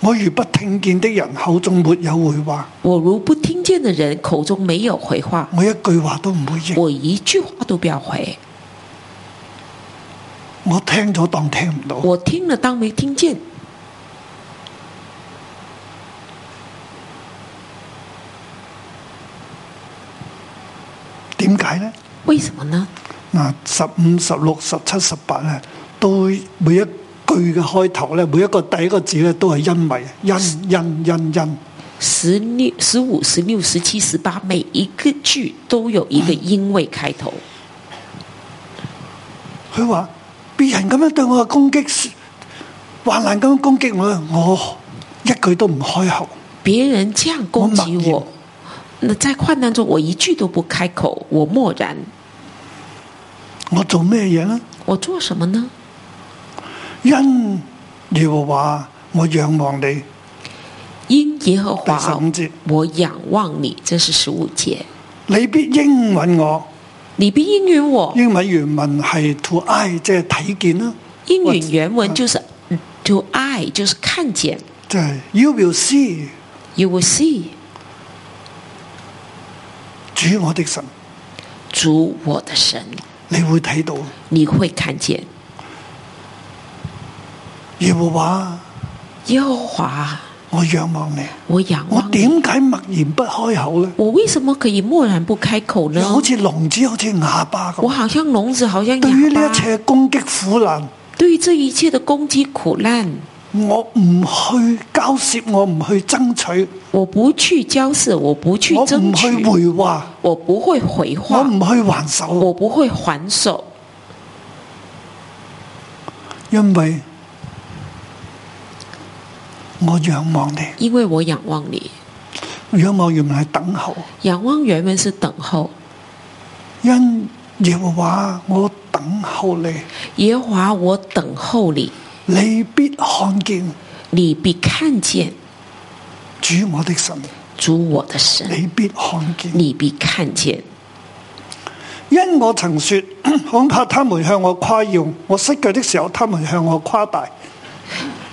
Speaker 2: 我如不聽見的人，口中沒有回話，
Speaker 3: 我如不听见的人口中没有回话，
Speaker 2: 我一句話都唔會應。
Speaker 3: 我一句话都不要回。
Speaker 2: 我聽咗當聽唔到，
Speaker 3: 我听了当没听见，
Speaker 2: 點解呢？
Speaker 3: 为什么呢？
Speaker 2: 嗱，十五、十六、十七、十八咧，都每一句嘅開頭咧，每一個第一個字咧，都係因為因因因因，
Speaker 3: 十六、十五、十六、十七、十八，每一个句都有一个因为开头。
Speaker 2: 佢話別人咁樣對我嘅攻擊，患難咁樣攻擊我，我一句都唔開口。
Speaker 3: 别人这样攻击
Speaker 2: 我默
Speaker 3: 我
Speaker 2: 然，
Speaker 3: 那在患难中我一句都不开口，我默然，
Speaker 2: 我做咩嘢呢？
Speaker 3: 我做什么呢？
Speaker 2: 因耶和華，我仰望你。
Speaker 3: 因耶和
Speaker 2: 第十
Speaker 3: 华
Speaker 2: 五，節，
Speaker 3: 我仰望你，这是十五节。
Speaker 2: 你必應允我。
Speaker 3: 你必应允我，
Speaker 2: 英文原文係 to eye，即係睇見啦，
Speaker 3: 应
Speaker 2: 我
Speaker 3: 允原文就是 to eye，就是看见
Speaker 2: 就係 you will see
Speaker 3: ，you will see，
Speaker 2: 主我的神，
Speaker 3: 主我的神，
Speaker 2: 你會睇到
Speaker 3: 你会看见
Speaker 2: 耶和華，
Speaker 3: 耶和华，
Speaker 2: 我仰望你。
Speaker 3: 我仰
Speaker 2: 我
Speaker 3: 望你。
Speaker 2: 點解默然不開口呢？
Speaker 3: 我为什么可以默然不开口呢
Speaker 2: 又？好似聾子，好似啞巴
Speaker 3: 我
Speaker 2: 咁。
Speaker 3: 好像聋子，好像
Speaker 2: 對於呢
Speaker 3: 哑
Speaker 2: 一
Speaker 3: 巴。
Speaker 2: 切攻擊苦難，
Speaker 3: 对于这一切的攻击苦难，
Speaker 2: 我唔去交涉，我唔去爭取，
Speaker 3: 我不去交涉，我不去
Speaker 2: 我
Speaker 3: 争
Speaker 2: 唔
Speaker 3: 取
Speaker 2: 去，回話，
Speaker 3: 我不会回话
Speaker 2: 我，唔去還手，
Speaker 3: 我不会还手，
Speaker 2: 因為我仰望你。
Speaker 3: 因为我仰望你。
Speaker 2: 仰望原來係等候，
Speaker 3: 仰望原文是等候，
Speaker 2: 因耶和華我等候你，
Speaker 3: 耶和华，我等候你，
Speaker 2: 你必看見
Speaker 3: 你必看见
Speaker 2: 主我的神，
Speaker 3: 主我的神，
Speaker 2: 你必看見。
Speaker 3: 你必看见，
Speaker 2: 因我曾說， 恐怕他們向我誇耀；我失腳的時候，他們向我誇大。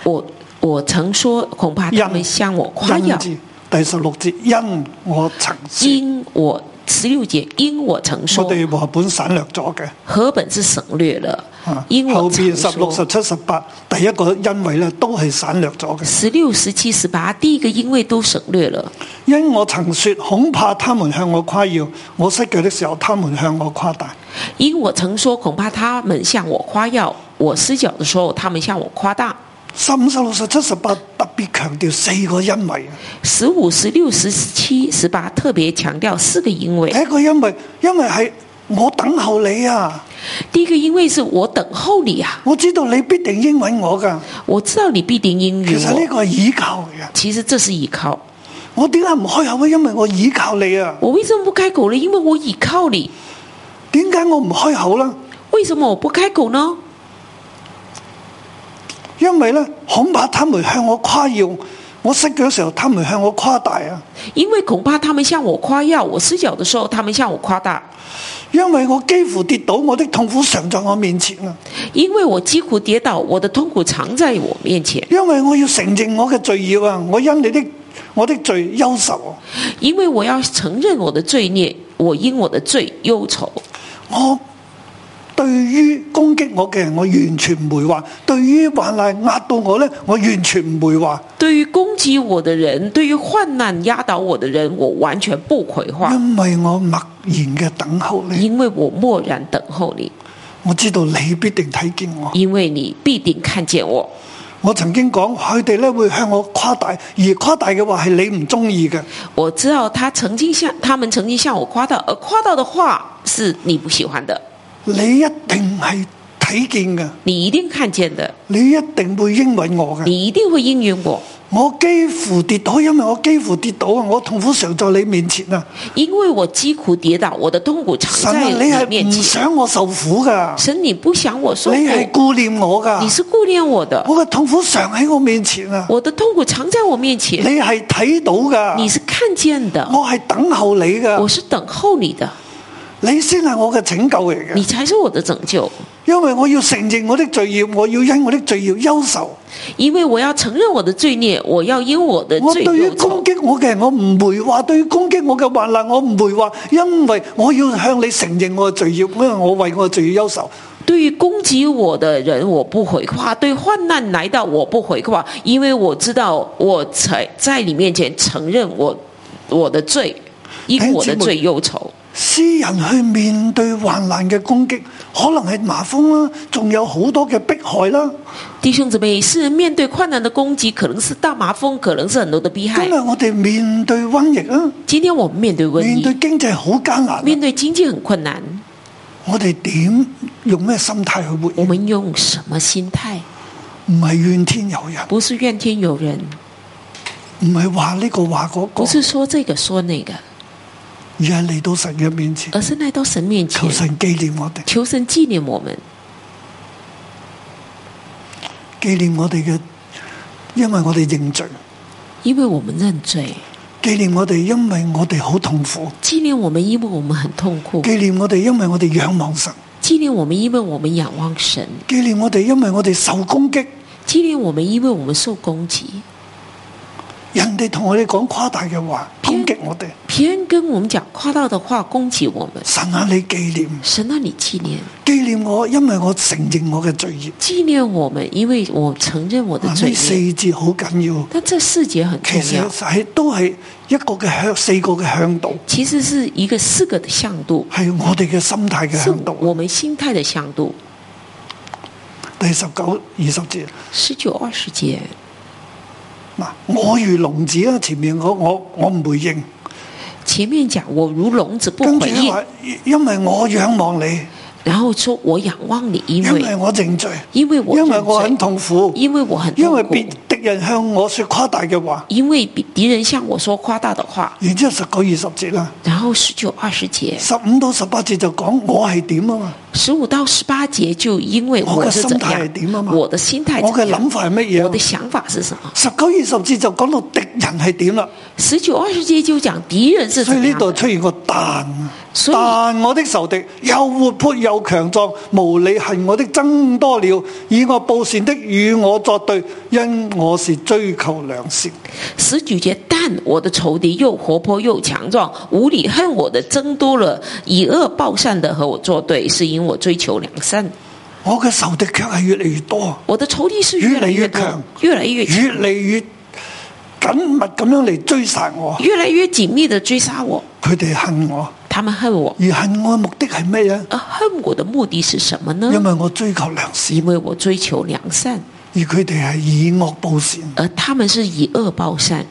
Speaker 3: 我。我曾说，恐怕他们
Speaker 2: 因
Speaker 3: 向我夸
Speaker 2: 因
Speaker 3: 耀，
Speaker 2: 字第十六節，因我曾說，
Speaker 3: 因我十六节，因我曾说
Speaker 2: 我，哋和合本省略咗嘅。
Speaker 3: 和本是省略了
Speaker 2: 啊，
Speaker 3: 因我
Speaker 2: 後
Speaker 3: 曾
Speaker 2: 邊十六、十
Speaker 3: 说。
Speaker 2: 七、十八，第一個因為咧都係省略咗嘅。
Speaker 3: 十六、十七、十八，第一个因为都省略了。
Speaker 2: 因我曾說，恐怕他們向我誇耀；我失腳的時候，他們向我誇大。
Speaker 3: 因我曾说，恐怕他们向我夸耀；我失脚的时候，他们向我夸大。
Speaker 2: 十五、十六、十七、十八特別強調四個因啊為。
Speaker 3: 十五、十六、十七、十八特别强调四个因为
Speaker 2: 第。一個因為，因為係我等候你啊，
Speaker 3: 第一个因为是我等候你啊，
Speaker 2: 我知道你必定應允我㗎。
Speaker 3: 我知道你必定应允
Speaker 2: 其實呢
Speaker 3: 我。
Speaker 2: 個係倚靠嚟嘅。
Speaker 3: 其实这是依靠。
Speaker 2: 我點解唔開口咧？啊因為我倚靠你啊。
Speaker 3: 我为什么不开口呢？因为我倚靠你。
Speaker 2: 點解我唔開口呢？
Speaker 3: 为什么我不开口呢？
Speaker 2: 因為呢，恐怕他們向我誇耀，我失腳嘅時候，他們向我誇大啊。
Speaker 3: 因为恐怕他们向我夸耀；我失脚的时候，他们向我夸大。
Speaker 2: 因為我幾乎跌倒，我的痛苦常在我面前啊。
Speaker 3: 因为我几乎跌倒，我的痛苦常在我面前。
Speaker 2: 因為我要承認我嘅罪孽啊，我因你的我的罪憂愁，啊
Speaker 3: 因为我要承认我的罪孽，我因我的罪忧愁。
Speaker 2: 我。對於攻擊我嘅人，我完全唔回話；對於患難壓到我呢，我完全唔回話，
Speaker 3: 对于攻击我的人，对于患难压倒我的人，我完全不回话，
Speaker 2: 因為我默然嘅等候你。
Speaker 3: 因为我默然等候你，
Speaker 2: 我知道你必定睇見我。
Speaker 3: 因为你必定看见我。
Speaker 2: 我曾經講，佢哋咧會向我誇大，而誇大嘅話係你唔中意嘅。
Speaker 3: 我知道他曾经向他们曾经向我夸大，而夸大的话是你不喜欢的，
Speaker 2: 你一定係睇見嘅，
Speaker 3: 你一定看见的，
Speaker 2: 你一定會應允我嘅。
Speaker 3: 你一定会应允我，
Speaker 2: 我幾乎跌倒，因為我幾乎跌倒啊！我痛苦常在你面前啊！
Speaker 3: 因为我疾苦跌倒，我的痛苦
Speaker 2: 神
Speaker 3: 常
Speaker 2: 啊，
Speaker 3: 在
Speaker 2: 你
Speaker 3: 你
Speaker 2: 係
Speaker 3: 面
Speaker 2: 唔
Speaker 3: 前。
Speaker 2: 想我受苦噶，
Speaker 3: 神，你不想我受
Speaker 2: 你係
Speaker 3: 苦，
Speaker 2: 顧念我噶
Speaker 3: 你。是顾念我的，
Speaker 2: 我嘅痛苦常喺我面前啊！
Speaker 3: 我的痛苦常在我面前
Speaker 2: 你。係睇到噶，
Speaker 3: 你是看见的，
Speaker 2: 我係等候你噶
Speaker 3: 我，是等候你的，
Speaker 2: 你先係我嘅拯救嚟
Speaker 3: 你
Speaker 2: 嘅。
Speaker 3: 才是我的拯救。
Speaker 2: 因為我要承認我的罪孽，我要因我的罪孽憂愁。
Speaker 3: 因为我要承认我的罪孽，我要因我的
Speaker 2: 我
Speaker 3: 罪
Speaker 2: 對於
Speaker 3: 忧
Speaker 2: 攻
Speaker 3: 愁。
Speaker 2: 擊我嘅人，我唔回話；對於攻擊我嘅患難，我唔回話，因為我要向你承認我嘅罪孽，因為我為我嘅罪孽憂愁。
Speaker 3: 对于攻击我的人，我不回话；对患难来到，我不回话，因为我知道我才在你面前承认我我的罪，因我的罪忧愁。
Speaker 2: 詩人去面對患難嘅攻擊，可能係麻風啦，仲有好多嘅迫害啦。
Speaker 3: 弟兄姊妹，是面对困难的攻击，可能是大麻风，可能是很多的逼害
Speaker 2: 今日。我哋面對瘟疫啦，
Speaker 3: 今天我们面对瘟
Speaker 2: 面對
Speaker 3: 疫，
Speaker 2: 經濟好艱難啊，
Speaker 3: 面对经济很困难，
Speaker 2: 我哋點用咩心態去活，
Speaker 3: 我们用什么心态？
Speaker 2: 唔係怨天尤人，
Speaker 3: 不是怨天尤人，
Speaker 2: 唔係話呢個話嗰、個，
Speaker 3: 不是说这个说那个，
Speaker 2: 而係嚟到神嘅面前，
Speaker 3: 而是来到神面前
Speaker 2: 求，神紀念我哋，
Speaker 3: 求神纪念我们，
Speaker 2: 紀念我哋嘅，因為我哋認罪，
Speaker 3: 因为我们认罪；
Speaker 2: 紀念我哋，因為我哋好痛苦，
Speaker 3: 纪念我们，因为我们很痛苦；
Speaker 2: 紀念我哋，因為我哋仰望神，
Speaker 3: 纪念我们，因为我们仰望神；
Speaker 2: 紀念我哋，因為我哋受攻擊，
Speaker 3: 纪念我们，因为我们受攻击。
Speaker 2: 人哋同我哋講誇大嘅話，攻擊我哋，
Speaker 3: 别人跟我们讲夸大的话，攻击我们。
Speaker 2: 神啊，你紀念，
Speaker 3: 神啊，你纪念，
Speaker 2: 紀念我，因為我承認我嘅罪孽。
Speaker 3: 纪念我们，因为我承认我的
Speaker 2: 嗱，
Speaker 3: 罪
Speaker 2: 呢
Speaker 3: 孽。
Speaker 2: 四節好緊要。
Speaker 3: 但这四节很重
Speaker 2: 其實
Speaker 3: 要，
Speaker 2: 係都係一個嘅向四個嘅向度，
Speaker 3: 其实是一个四个的向度，
Speaker 2: 係我哋嘅心態嘅
Speaker 3: 是
Speaker 2: 向度。
Speaker 3: 我们心态的向度。
Speaker 2: 第十九、二十節
Speaker 3: 十九二十节，
Speaker 2: 嗱，我如聋子啦，前面我我我唔回應，
Speaker 3: 前面讲我如聋子不
Speaker 2: 跟住
Speaker 3: 回
Speaker 2: 佢
Speaker 3: 应，
Speaker 2: 話因為我仰望你，
Speaker 3: 然后说我仰望你，因
Speaker 2: 因為
Speaker 3: 为
Speaker 2: 我認罪，
Speaker 3: 因为我
Speaker 2: 因為我很
Speaker 3: 认罪
Speaker 2: 痛苦，
Speaker 3: 因为我很
Speaker 2: 因為
Speaker 3: 痛苦，
Speaker 2: 別敵人向我说誇大嘅話。
Speaker 3: 因为比敌人向我说夸大的话。
Speaker 2: 然之後十九、二十節啦，
Speaker 3: 然后十九二十节，
Speaker 2: 十五到十八節就講我係點啊嘛，
Speaker 3: 十五到十八节就因为
Speaker 2: 我嘅
Speaker 3: 是
Speaker 2: 心
Speaker 3: 怎
Speaker 2: 態係點啊
Speaker 3: 样，
Speaker 2: 嘛
Speaker 3: 我的心态
Speaker 2: 我
Speaker 3: 怎
Speaker 2: 嘅
Speaker 3: 样
Speaker 2: 諗法係乜嘢
Speaker 3: 我
Speaker 2: 啊
Speaker 3: 的？想法是什么？
Speaker 2: 十九、二十節就講到敵人係點啦。
Speaker 3: 十九二十节就讲敌人是
Speaker 2: 所以
Speaker 3: 怎
Speaker 2: 呢
Speaker 3: 样
Speaker 2: 度
Speaker 3: 的，
Speaker 2: 出現個但，
Speaker 3: 所以
Speaker 2: 但我的仇敵又活潑又強壯，無理恨我的增多了，以我報善的與我作對，因我是追求良善。
Speaker 3: 十九节，但我的仇敌又活泼又强壮，无理恨我的增多了，以恶报善的和我作对，是因我追求良善。
Speaker 2: 我嘅仇敵卻係越嚟越多，
Speaker 3: 我的仇敌是
Speaker 2: 越
Speaker 3: 越
Speaker 2: 来
Speaker 3: 来
Speaker 2: 越
Speaker 3: 越
Speaker 2: 强
Speaker 3: 多，越来越强，
Speaker 2: 越嚟越緊密咁樣嚟追殺我。
Speaker 3: 越来越紧密的追杀我。
Speaker 2: 佢哋恨我，
Speaker 3: 他们恨我，
Speaker 2: 而恨我嘅目的係咩嘢？
Speaker 3: 而恨我的目的是什么
Speaker 2: 因
Speaker 3: 呢？
Speaker 2: 為我追求良善，
Speaker 3: 因为我追求良善，
Speaker 2: 而佢哋係以惡報善。
Speaker 3: 而他们是以恶报善。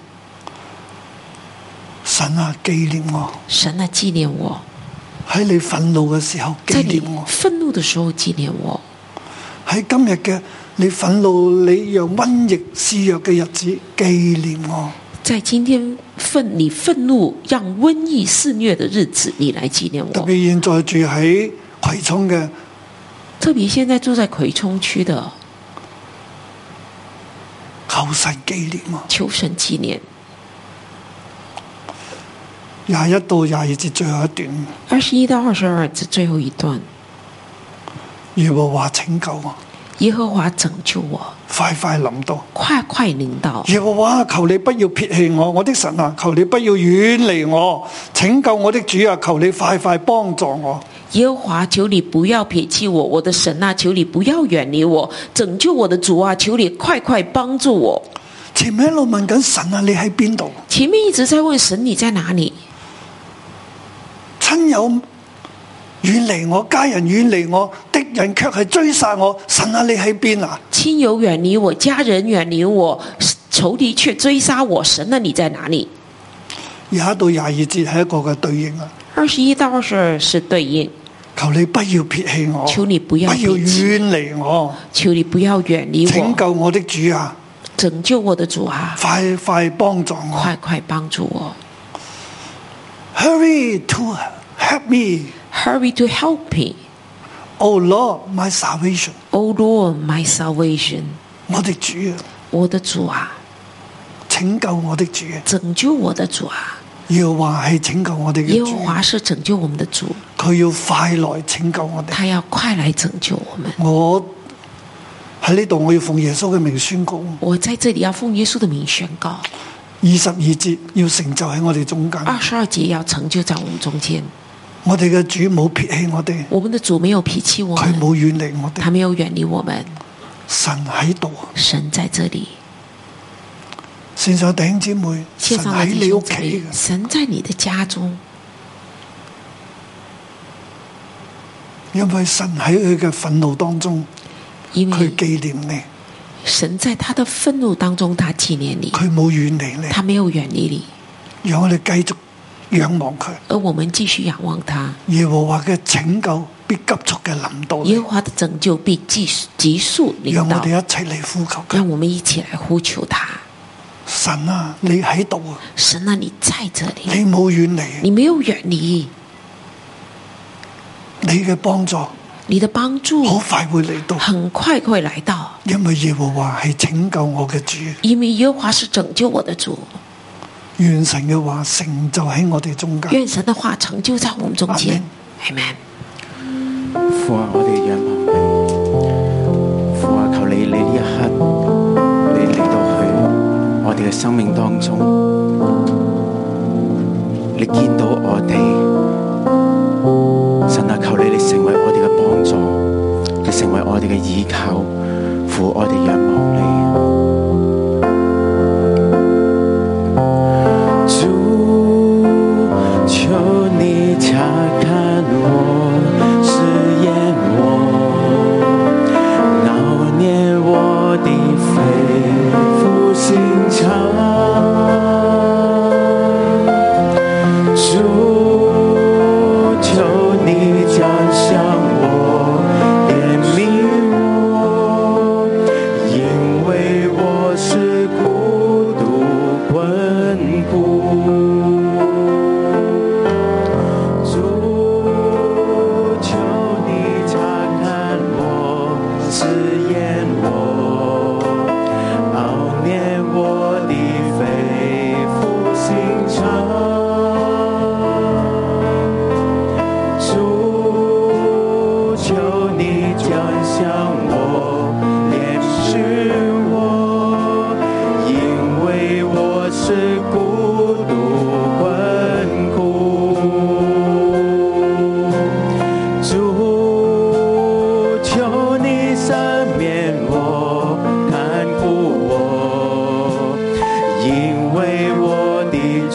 Speaker 2: 神啊，紀念我！
Speaker 3: 神啊，纪念我，
Speaker 2: 喺你憤怒嘅時候
Speaker 3: 在
Speaker 2: 紀
Speaker 3: 你
Speaker 2: 念我。
Speaker 3: 愤怒的时候纪念我。
Speaker 2: 喺今日嘅你憤怒，你讓瘟疫肆虐嘅日子紀念我，
Speaker 3: 在今天愤你愤怒让瘟疫肆虐的日子，你来纪念
Speaker 2: 特
Speaker 3: 我。
Speaker 2: 別現在住喺葵涌嘅，
Speaker 3: 特别现在住在葵涌区的，
Speaker 2: 求神紀念我。
Speaker 3: 求神纪念。
Speaker 2: 廿一到廿二節最後一段，
Speaker 3: 二十一到二十二节最后一段，
Speaker 2: 耶和華拯救我，
Speaker 3: 耶和华拯救我，
Speaker 2: 快快臨到。
Speaker 3: 快快临到。
Speaker 2: 耶和華，求你不要撇棄我，我的神啊，求你不要遠離我，拯救我的主啊，求你快快幫助我。
Speaker 3: 耶和华，求你不要撇弃我，我的神啊，求你不要远离我，拯救我的主啊，求你快快帮助我。
Speaker 2: 前面一路問緊神啊，你喺邊度？
Speaker 3: 前面一直在问神你在哪里，
Speaker 2: 親友遠離我，家人遠離我，敵人卻係追殺我。神啊，你喺邊啊？
Speaker 3: 亲友远离我，家人远离我，仇敌却追杀我，神啊，你在哪里？
Speaker 2: 廿一到廿二節係一個嘅對應啊！
Speaker 3: 二十一到二十二是对应，
Speaker 2: 求你不要撇棄我，
Speaker 3: 求你不要
Speaker 2: 不要
Speaker 3: 撇棄
Speaker 2: 遠離我，
Speaker 3: 求你不要远离
Speaker 2: 拯
Speaker 3: 我，
Speaker 2: 救我的主啊！
Speaker 3: 拯救我的主啊，
Speaker 2: 快快幫助我
Speaker 3: 快快帮助我
Speaker 2: ！Hurry to help me,
Speaker 3: ，Hurry to help me,
Speaker 2: O Oh Lord, my salvation！
Speaker 3: O Lord, my salvation，
Speaker 2: 我的主啊，
Speaker 3: 我的主啊，
Speaker 2: 拯救我的主啊！
Speaker 3: 拯救我的主啊，
Speaker 2: 耶和華係拯救我哋嘅
Speaker 3: 耶和
Speaker 2: 主，啊
Speaker 3: 华是拯救我们的主，
Speaker 2: 佢要快來拯救我哋。
Speaker 3: 他要快来拯救我们。
Speaker 2: 我喺呢度，我要奉耶穌嘅名宣告。
Speaker 3: 我在这里要奉耶稣的名宣告，
Speaker 2: 二十二節要成就喺我哋中間，
Speaker 3: 二十二节要成就在我们中间。
Speaker 2: 我哋嘅主冇撇棄我哋，
Speaker 3: 我们的主没有脾气我啊
Speaker 2: 佢
Speaker 3: 们，
Speaker 2: 冇遠離我哋
Speaker 3: 他，没有远离我们，
Speaker 2: 神喺度。
Speaker 3: 神在这里。
Speaker 2: 線上弟兄姊妹，神
Speaker 3: 线上的
Speaker 2: 喺
Speaker 3: 弟
Speaker 2: 你屋
Speaker 3: 兄
Speaker 2: 企
Speaker 3: 姊妹
Speaker 2: 嘅，，
Speaker 3: 神在你的家中，
Speaker 2: 因為神喺佢嘅憤怒當中，
Speaker 3: 因
Speaker 2: 佢
Speaker 3: 为
Speaker 2: 紀念你，
Speaker 3: 神在他的愤怒当中，他纪念你，
Speaker 2: 佢冇遠離你，
Speaker 3: 他没有远离你，
Speaker 2: 讓我哋繼續仰望佢。
Speaker 3: 而我们继续仰望他。
Speaker 2: 耶和華嘅拯救必急速嘅臨到你
Speaker 3: 耶，和华的拯救必急急速临
Speaker 2: 讓我
Speaker 3: 到
Speaker 2: 哋。一齊嚟呼求佢。
Speaker 3: 让我们一起来呼求他，
Speaker 2: 神啊，你喺度啊，
Speaker 3: 神啊，你在这里，
Speaker 2: 你冇遠離，
Speaker 3: 你没有远离，
Speaker 2: 你嘅幫助
Speaker 3: 你的帮
Speaker 2: 好
Speaker 3: 助
Speaker 2: 快會嚟到，
Speaker 3: 很快会来到，
Speaker 2: 因為耶和華係拯救我嘅主。
Speaker 3: 因为耶和华是拯救我的主。
Speaker 2: 願神嘅話成就喺我哋中間。
Speaker 3: 愿神的话成就在我们中间。Amen。
Speaker 4: 父啊，我哋仰望你，父啊，求你你呢一刻，你嚟到去我哋嘅生命當中，你見到我哋，神啊，求你你成為我哋嘅幫助，你成為我哋嘅依靠，父，我哋仰望你。主，求你察看我，试验我，悼念我的肺腑心肠。主。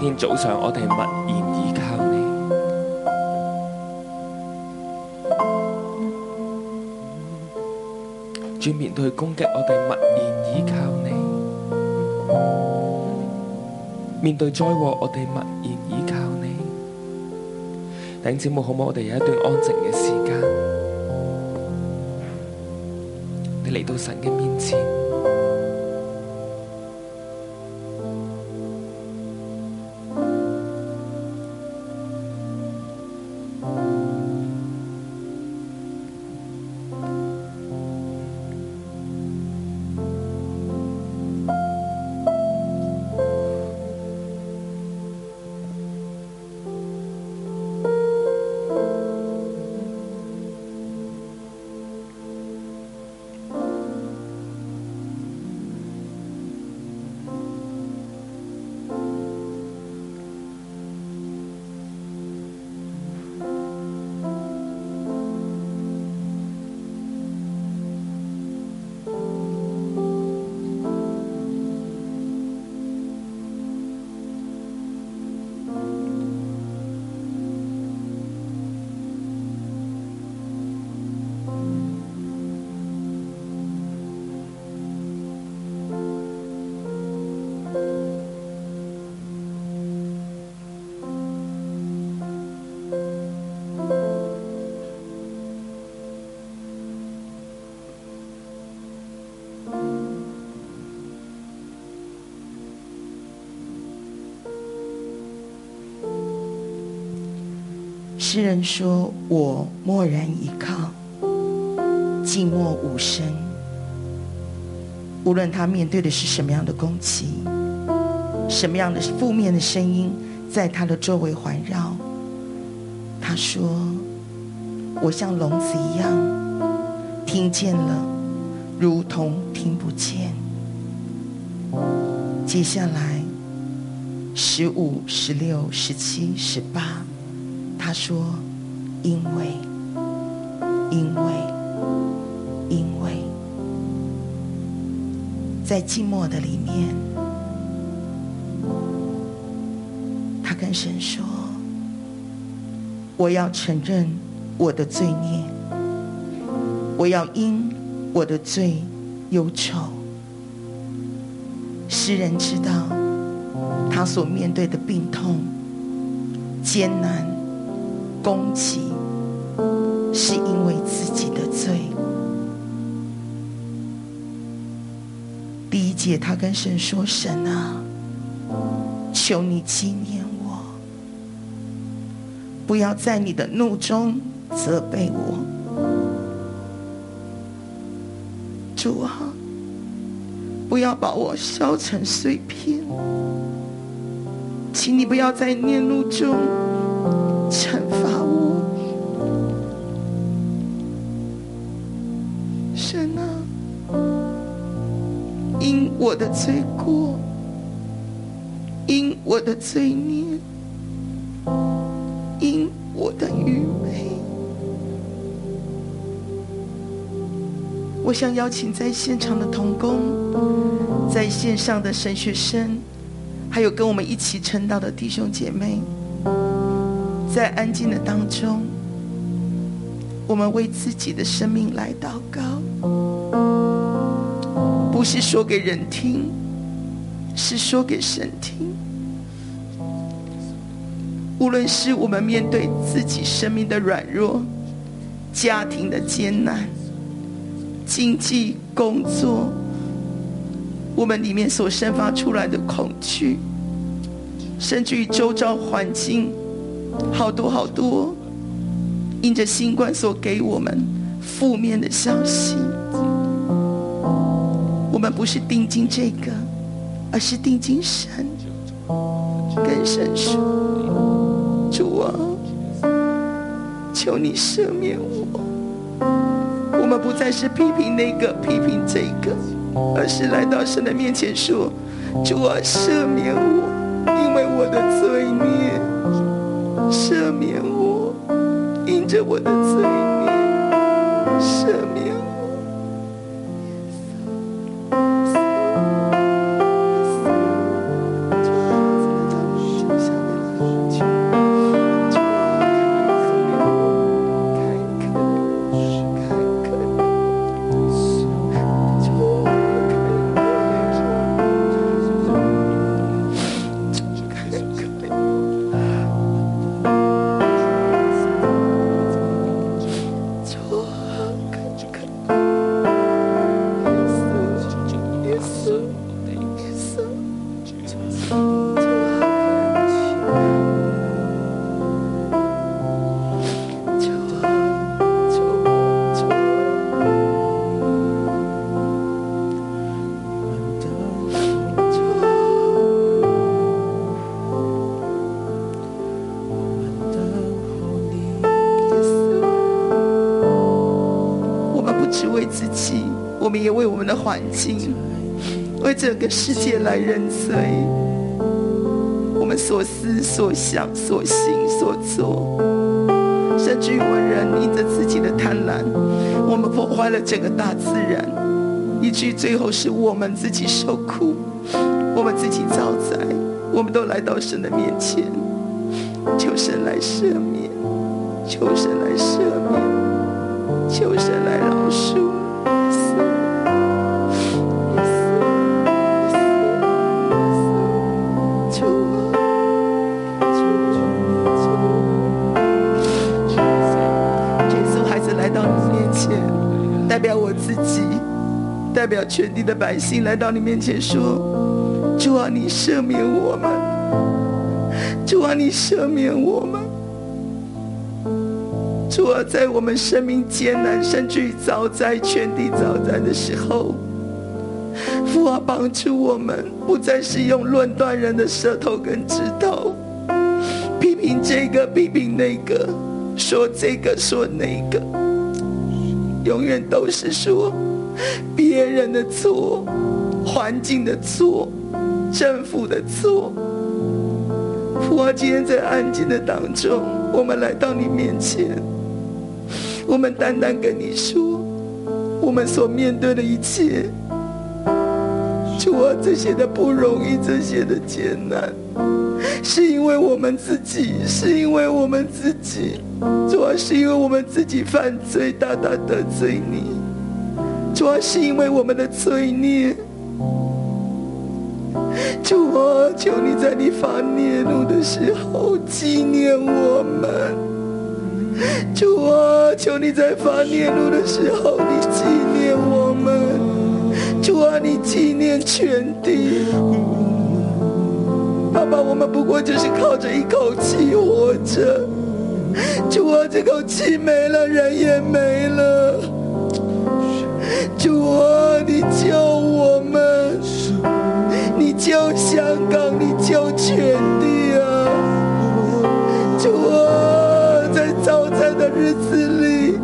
Speaker 5: 天早上，我哋默然依靠你。主面對攻擊，我哋默然依靠你；面對災禍，我哋默然依靠你。弟兄姊妹，好唔好？我哋有一段安靜嘅時間，你嚟到神嘅面前。
Speaker 6: 诗人说：“我默然倚靠，静默无声。无论他面对的是什么样的攻击，什么样的负面的声音在他的周围环绕，他说：‘我像聋子一样，听见了，如同听不见。’接下来，十五、十六、十七、十八。”他说：“因为，因为，因为，在寂寞的里面，他跟神说：‘我要承认我的罪孽，我要因我的罪忧愁。’诗人知道他所面对的病痛、艰难。”攻击，是因为自己的罪。第一节，他跟神说：“神啊，求你纪念我，不要在你的怒中责备我。主啊，不要把我烧成碎片，请你不要在念怒中。”惩罚我。神啊，因我的罪过，因我的罪孽，因我的愚昧，我想邀请在现场的童工，在线上的神学生，还有跟我们一起成道的弟兄姐妹。在安静的当中，我们为自己的生命来祷告，不是说给人听，是说给神听。无论是我们面对自己生命的软弱、家庭的艰难、经济、工作，我们里面所散发出来的恐惧，甚至于周遭环境。好多好多，因着新冠所给我们负面的消息，我们不是定睛这个，而是定睛神，跟神说：“主啊，求你赦免我。”我们不再是批评那个，批评这个，而是来到神的面前说：“主啊，赦免我，因为我的罪孽。”赦免我，因着我的罪孽，赦免我。只为自己，我们也为我们的环境，为整个世界来认罪。我们所思所想所行所做，甚至于我们人因着自己的贪婪，我们破坏了整个大自然，以至于最后是我们自己受苦，我们自己遭灾，我们都来到神的面前，求神来赦免，求神来赦免。求神来饶恕。主啊耶稣孩子来到你面前，代表我自己，代表全地的百姓来到你面前说：“主啊，你赦免我们！主啊，你赦免我们！”主啊，在我们生命艰难，甚至于遭灾、全地遭灾的时候，父啊，帮助我们，不再是用论断人的舌头跟指头，批评这个，批评那个，说这个，说那个，永远都是说别人的错、环境的错、政府的错。父啊，今天在安静的当中，我们来到你面前，我们单单跟你说，我们所面对的一切，主啊，这些的不容易，这些的艰难，是因为我们自己，是因为我们自己，主啊，是因为我们自己犯罪，大大得罪你，主啊，是因为我们的罪孽。主啊，求你在你发烈怒的时候纪念我们。主啊，求你在发烈怒的时候，你纪念我们。主啊，你纪念全地。爸爸，我们不过就是靠着一口气活着。主啊，这口气没了，人也没了。主啊，你救我们。你救香港，你救全地啊！主啊，在早餐的日子里，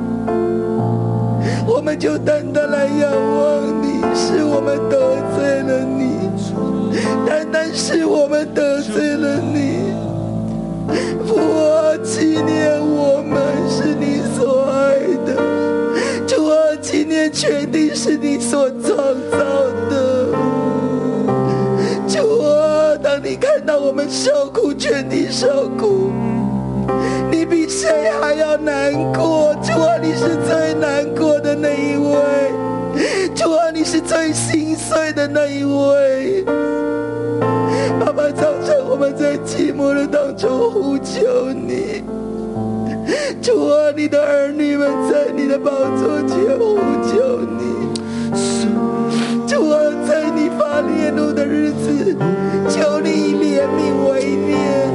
Speaker 6: 我们就单单来仰望你，是我们得罪了你，单单是我们得罪了你。父啊，纪念我们是你所爱的，主啊，纪念全地是你所创造的。主啊，当你看到我们受苦，全体受苦，你比谁还要难过。主啊，你是最难过的那一位，主啊，你是最心碎的那一位。爸爸，早晨我们在寂寞的当中呼求你，主啊，你的儿女们在你的宝座前呼求你。主啊，在你发烈怒的日子，求你以怜悯为念。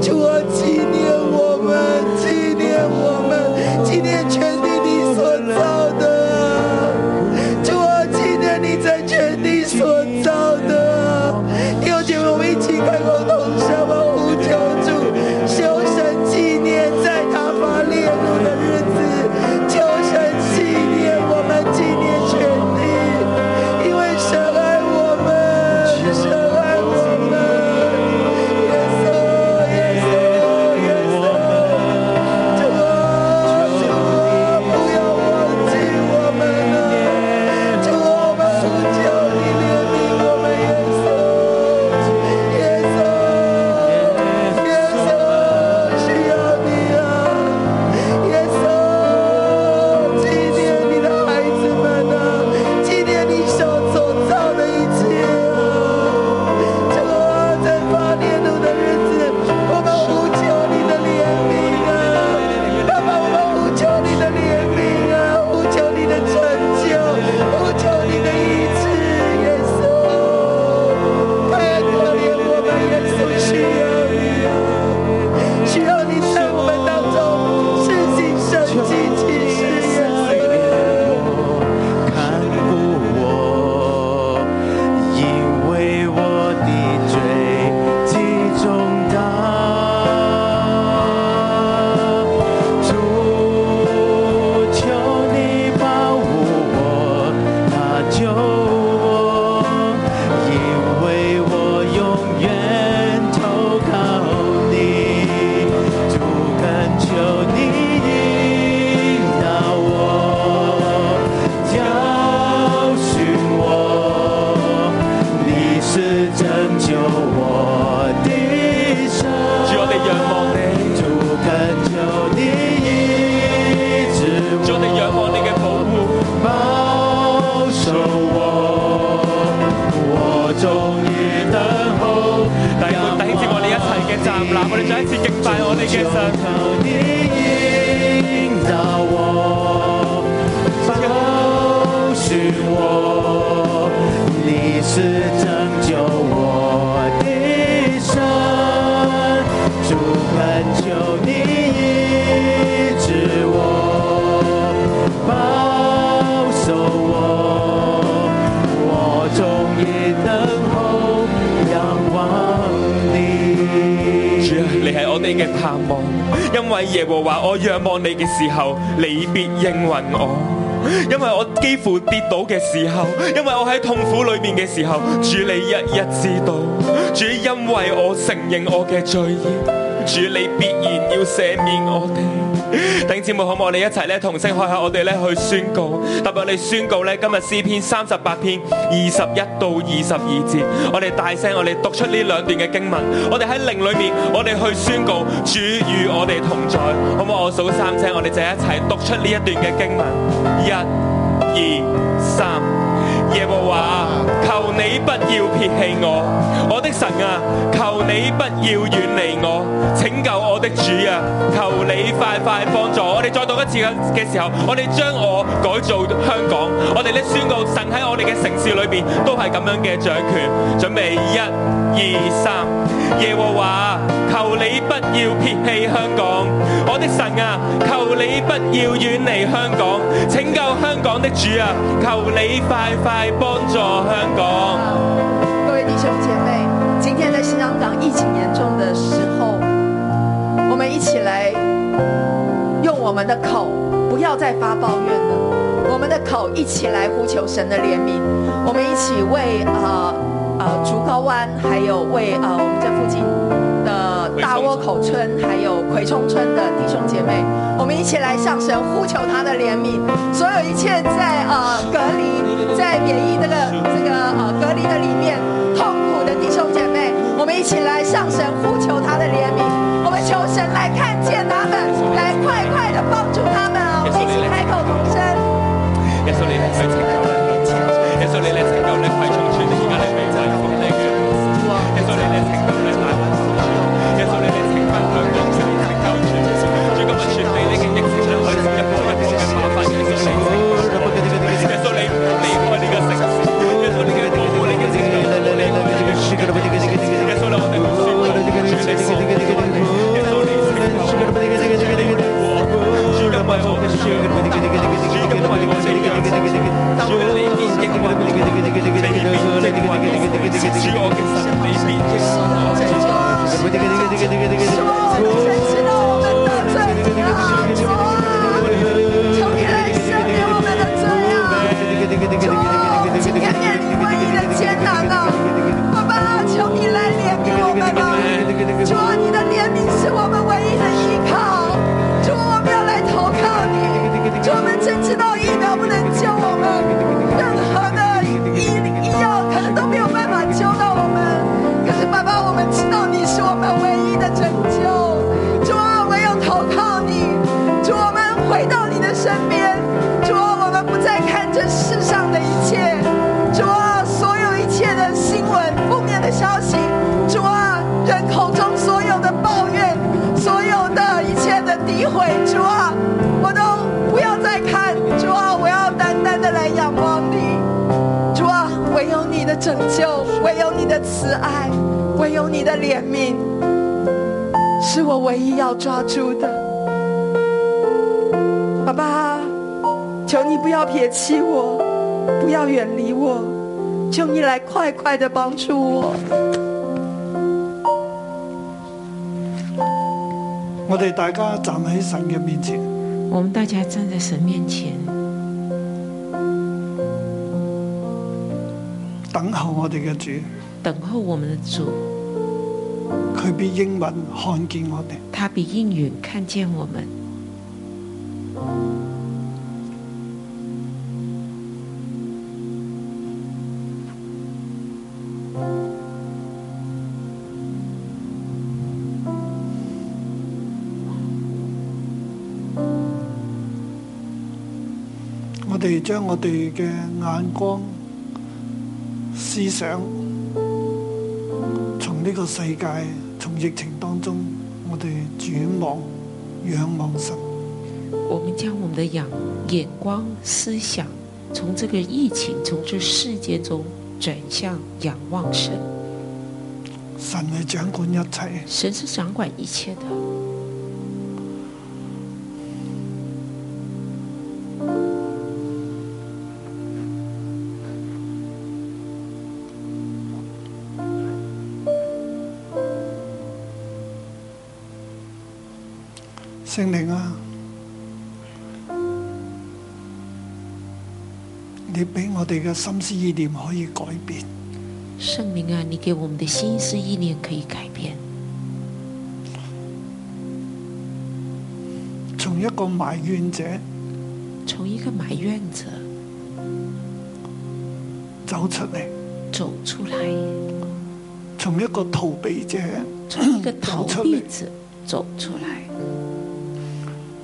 Speaker 6: 主啊，纪念我们，纪念我们，纪念全地你所造的。主啊，纪念你在全地所造的。弟兄姐妹，我们一起开口同声吧，呼求主，求神纪念在他发烈怒的日子，求神。啊啊
Speaker 7: 谢神，求你引导我，救赎我，你是拯救我的神，主恳求你医治我，保守我，我终夜等候仰望你。
Speaker 5: 主啊，你係我哋嘅盼望，因為耶和華，我仰望你嘅時候，你必應允我。因為我幾乎跌倒嘅時候，因為我喺痛苦裏面嘅時候，主你一一知道。主因為我承認我嘅罪孽，主你必然要赦免我哋。 弟兄姊妹，可唔可以我哋一齊咧同聲開口，我哋咧去宣告，特別我哋宣告咧今日詩篇三十八篇二十一到二十二節，我哋大聲，我哋讀出呢兩段嘅經文，我哋喺靈裏面，我哋去宣告主與我哋同在，好唔好？我數三聲，我哋就一齊讀出呢一段嘅經文，一、二、三。耶和華，求你不要撇棄我，我的神啊，求你不要遠離我，拯救我的主啊，求你快快幫助我。我哋再讀一次嘅時候，我哋將我改造香港，我哋咧宣告神喺我哋嘅城市裏邊都係咁樣嘅掌權。準備一、二、三，耶和華，求你不要撇棄香港，我的神啊，求你不要遠離香港，拯救香港的主啊，求你快快幫助香港。
Speaker 8: 各位弟兄姐妹，今天在新香港疫情严重的时候，我们一起来用我们的口，不要再发抱怨了。我们的口一起来呼求神的怜悯，我们一起为啊啊竹篙湾，还有为啊、我们这附近的大窝口村，还有葵涌村的弟兄姐妹，我们一起来向神呼求他的怜悯。所有一切在啊、隔离，在免疫这个这个啊、隔离的里面痛苦的弟兄姐妹，我们一起来向神呼求他的怜悯。我们求神来看见他们，来快快的帮助他们啊！我们一起开口同声。
Speaker 5: 耶穌你咧去拯救咧，耶穌你咧拯救咧，葵涌村而家咧被制服咧嘅，耶穌你咧拯救咧大灣村，耶穌你咧拯救香港村、拯救村，主今日全地呢嘅疫情咧開始一波一波嘅麻煩，耶穌你拯救，耶穌你唔好離開呢個城市，耶穌你嘅保護你嘅拯救，你離開呢個城市，耶穌你我哋宣告，主你保護我哋，耶穌你拯救，主你保護我，主今為我嘅需要。
Speaker 8: 我们深知道我们的罪啊，主啊，求你来赦免我们的罪啊！主啊，今天面临瘟疫的艰难啊，爸爸啊，求你来怜悯我们啊！主啊，你的怜悯是我们唯一的依靠。主，我们要来投靠你。主，我们真知道疫苗不能救我们，任何的医医药可能都没有办法救到我们。可是爸爸，我们知道你是我们唯一的拯救。主啊，唯有投靠你。主，啊我们回到你的身边。主啊，我们不再看这世上的一切。主啊，所有一切的新闻、负面的消息，主啊，人口中所有的抱怨，所有的一切的诋毁，主啊，我都不要再看。主啊，我要单单的来仰望你。主啊，唯有你的拯救，唯有你的慈爱，唯有你的怜悯，是我唯一要抓住的。爸爸，求你不要撇弃我，不要远离我，求你来快快的帮助我。
Speaker 2: 我哋大家站喺神嘅面前，
Speaker 3: 我们大家站在神面前，
Speaker 2: 等候我哋嘅主，
Speaker 3: 等候我们的主，
Speaker 2: 佢必英文看見我哋。
Speaker 3: 他比应允看见我们。
Speaker 2: 我哋將我哋嘅眼光、思想，從呢個世界、從疫情當中，我哋轉望仰望神，
Speaker 3: 我们将我们的仰眼光、思想从这个疫情、从这世界中转向仰望神。
Speaker 2: 神係掌管一切。
Speaker 3: 神是掌管一切的。
Speaker 2: 聖靈啊，你俾我哋嘅心思意念可以改變，
Speaker 3: 圣灵啊，你给我们的心思意念可以改变，
Speaker 2: 從一個埋怨者
Speaker 3: 从一个埋怨者
Speaker 2: 走出嚟，
Speaker 3: 走出来，
Speaker 2: 從一個逃避者，
Speaker 3: 从一嗯个逃避者走出来，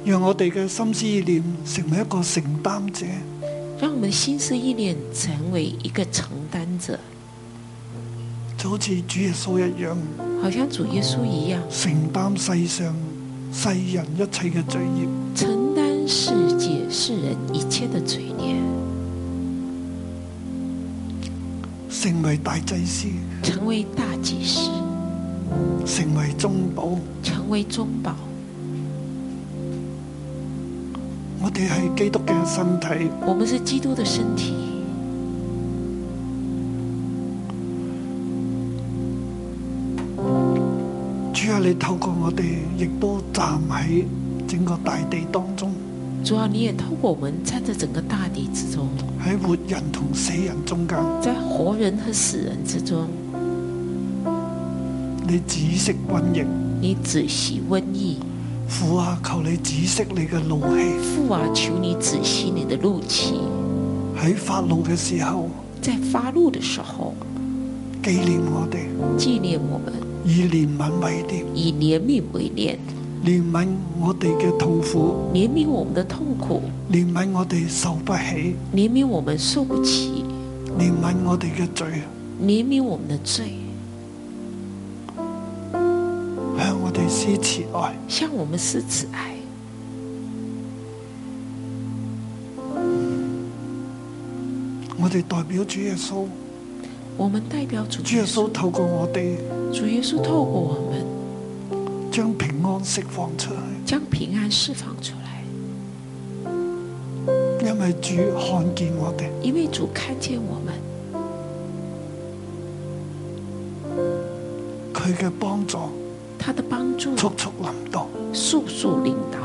Speaker 2: 讓我哋嘅心思意念成為一個承擔者，
Speaker 3: 让我们心思意念成为一个承担者，
Speaker 2: 就好似主耶穌一樣，
Speaker 3: 好像主耶稣一样，
Speaker 2: 承擔世上世人一切嘅罪孽。
Speaker 3: 承担世界世人一切的罪孽，
Speaker 2: 成為大祭司，
Speaker 3: 成为大祭司，
Speaker 2: 成為中保。
Speaker 3: 成为中保。
Speaker 2: 我哋係基督嘅身體，
Speaker 3: 我们是基督的身体，
Speaker 2: 主啊，你透過我哋，亦都站喺整個大地當中，
Speaker 3: 主要你也透过我们站在整个大地之中，
Speaker 2: 喺活人同死人中間，
Speaker 3: 在活人和死人之中，
Speaker 2: 你止息瘟疫，
Speaker 3: 你止息瘟疫。
Speaker 2: 父啊，求你止息你嘅怒氣。
Speaker 3: 父啊，求你止息你的怒气，
Speaker 2: 喺發怒嘅時候，
Speaker 3: 在发怒的时候
Speaker 2: 紀念我哋，
Speaker 3: 纪念我们，
Speaker 2: 以憐憫為念，
Speaker 3: 以怜悯为念，
Speaker 2: 憐憫我哋嘅痛苦，
Speaker 3: 怜悯我们的痛苦，
Speaker 2: 憐憫我哋受不起，
Speaker 3: 怜悯我们受不起，
Speaker 2: 憐憫我哋嘅罪，
Speaker 3: 怜悯我们的罪，
Speaker 2: 向我哋施慈愛。
Speaker 3: 向我们施慈爱。
Speaker 2: 我哋代表主耶穌，
Speaker 3: 我们代表主
Speaker 2: 主耶
Speaker 3: 耶稣，
Speaker 2: 穌透過我哋。
Speaker 3: 主耶稣透过我们
Speaker 2: 将平安释放出去，
Speaker 3: 将平安释放出来，
Speaker 2: 因为主看见我哋，
Speaker 3: 因为主看见我们，
Speaker 2: 佢嘅帮助
Speaker 3: 他的帮助
Speaker 2: 速速临到。
Speaker 3: 速速领导。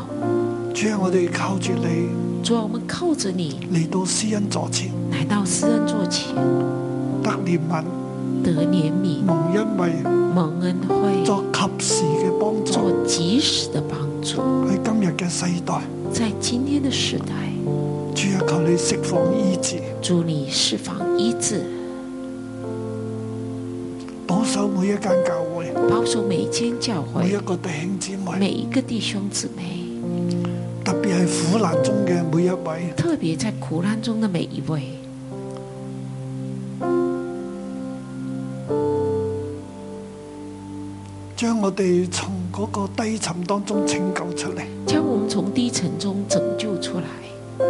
Speaker 2: 主啊，我哋靠住你
Speaker 3: 主啊，我们靠着你
Speaker 2: 嚟到施恩座前，
Speaker 3: 来到施恩座前，
Speaker 2: 得怜悯
Speaker 3: 得怜悯。
Speaker 2: 蒙恩惠，
Speaker 3: 蒙恩惠，
Speaker 2: 作及时嘅帮助。
Speaker 3: 做及时的帮助，
Speaker 2: 喺今日嘅世代，
Speaker 3: 在今天的时代，
Speaker 2: 主啊，求你释放医治，
Speaker 3: 祝你释放医治，
Speaker 2: 保守每一间教会，
Speaker 3: 保守每一间教
Speaker 2: 每一
Speaker 3: 会，
Speaker 2: 个弟兄姊
Speaker 3: 每
Speaker 2: 妹，
Speaker 3: 一个弟兄姊妹，
Speaker 2: 特别系苦难中嘅每一位，
Speaker 3: 特别在苦难中的每一位，
Speaker 2: 将我哋从嗰个低沉当中拯救出嚟。
Speaker 3: 将我们从低沉中拯救出来，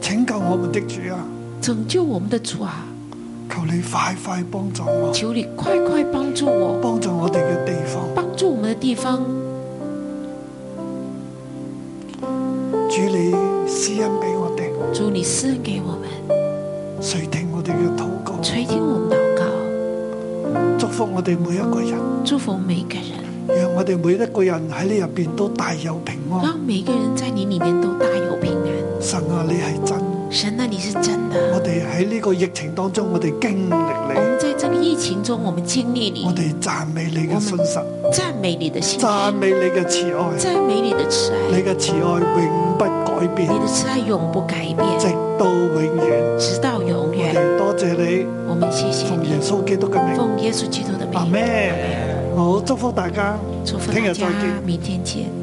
Speaker 2: 拯救我们的主啊，
Speaker 3: 拯救我们的主啊！
Speaker 2: 求你快快帮助我，
Speaker 3: 求你快快帮助我，
Speaker 2: 帮助我哋嘅地方。
Speaker 3: 帮助我们的地方，
Speaker 2: 主你施恩俾我哋，
Speaker 3: 主你施恩给我们，
Speaker 2: 垂听我哋嘅祷告，
Speaker 3: 垂听我们祷告，
Speaker 2: 祝福我哋每一個人，
Speaker 3: 祝福每一个人，
Speaker 2: 讓我哋每一個人喺呢入边都大有平安。
Speaker 3: 让每个人在你里面都大有平安。
Speaker 2: 神啊，你係真，
Speaker 3: 神啊，你是真的。
Speaker 2: 我哋喺呢個疫情當中，我哋經歷
Speaker 3: 我
Speaker 2: 你，
Speaker 3: 们在这个疫情中，我们经历你
Speaker 2: 我，哋讚美你嘅信實，
Speaker 3: 赞美你的信
Speaker 2: 讚
Speaker 3: 实，
Speaker 2: 美你嘅慈愛，
Speaker 3: 赞美你的慈
Speaker 2: 你
Speaker 3: 爱，
Speaker 2: 嘅慈愛永不改變，
Speaker 3: 你的慈爱永不改
Speaker 2: 直
Speaker 3: 变，
Speaker 2: 到永遠。
Speaker 3: 直到永
Speaker 2: 我
Speaker 3: 远。
Speaker 2: 哋多謝你，
Speaker 3: 我们谢谢
Speaker 2: 奉
Speaker 3: 你
Speaker 2: 耶，穌基督嘅名，
Speaker 3: 奉耶稣基督的
Speaker 2: 阿
Speaker 3: 名，
Speaker 2: 咩？好，祝福大家
Speaker 3: 祝，福
Speaker 2: 聽
Speaker 3: 大
Speaker 2: 日再
Speaker 3: 家
Speaker 2: 見。，
Speaker 3: 明天见。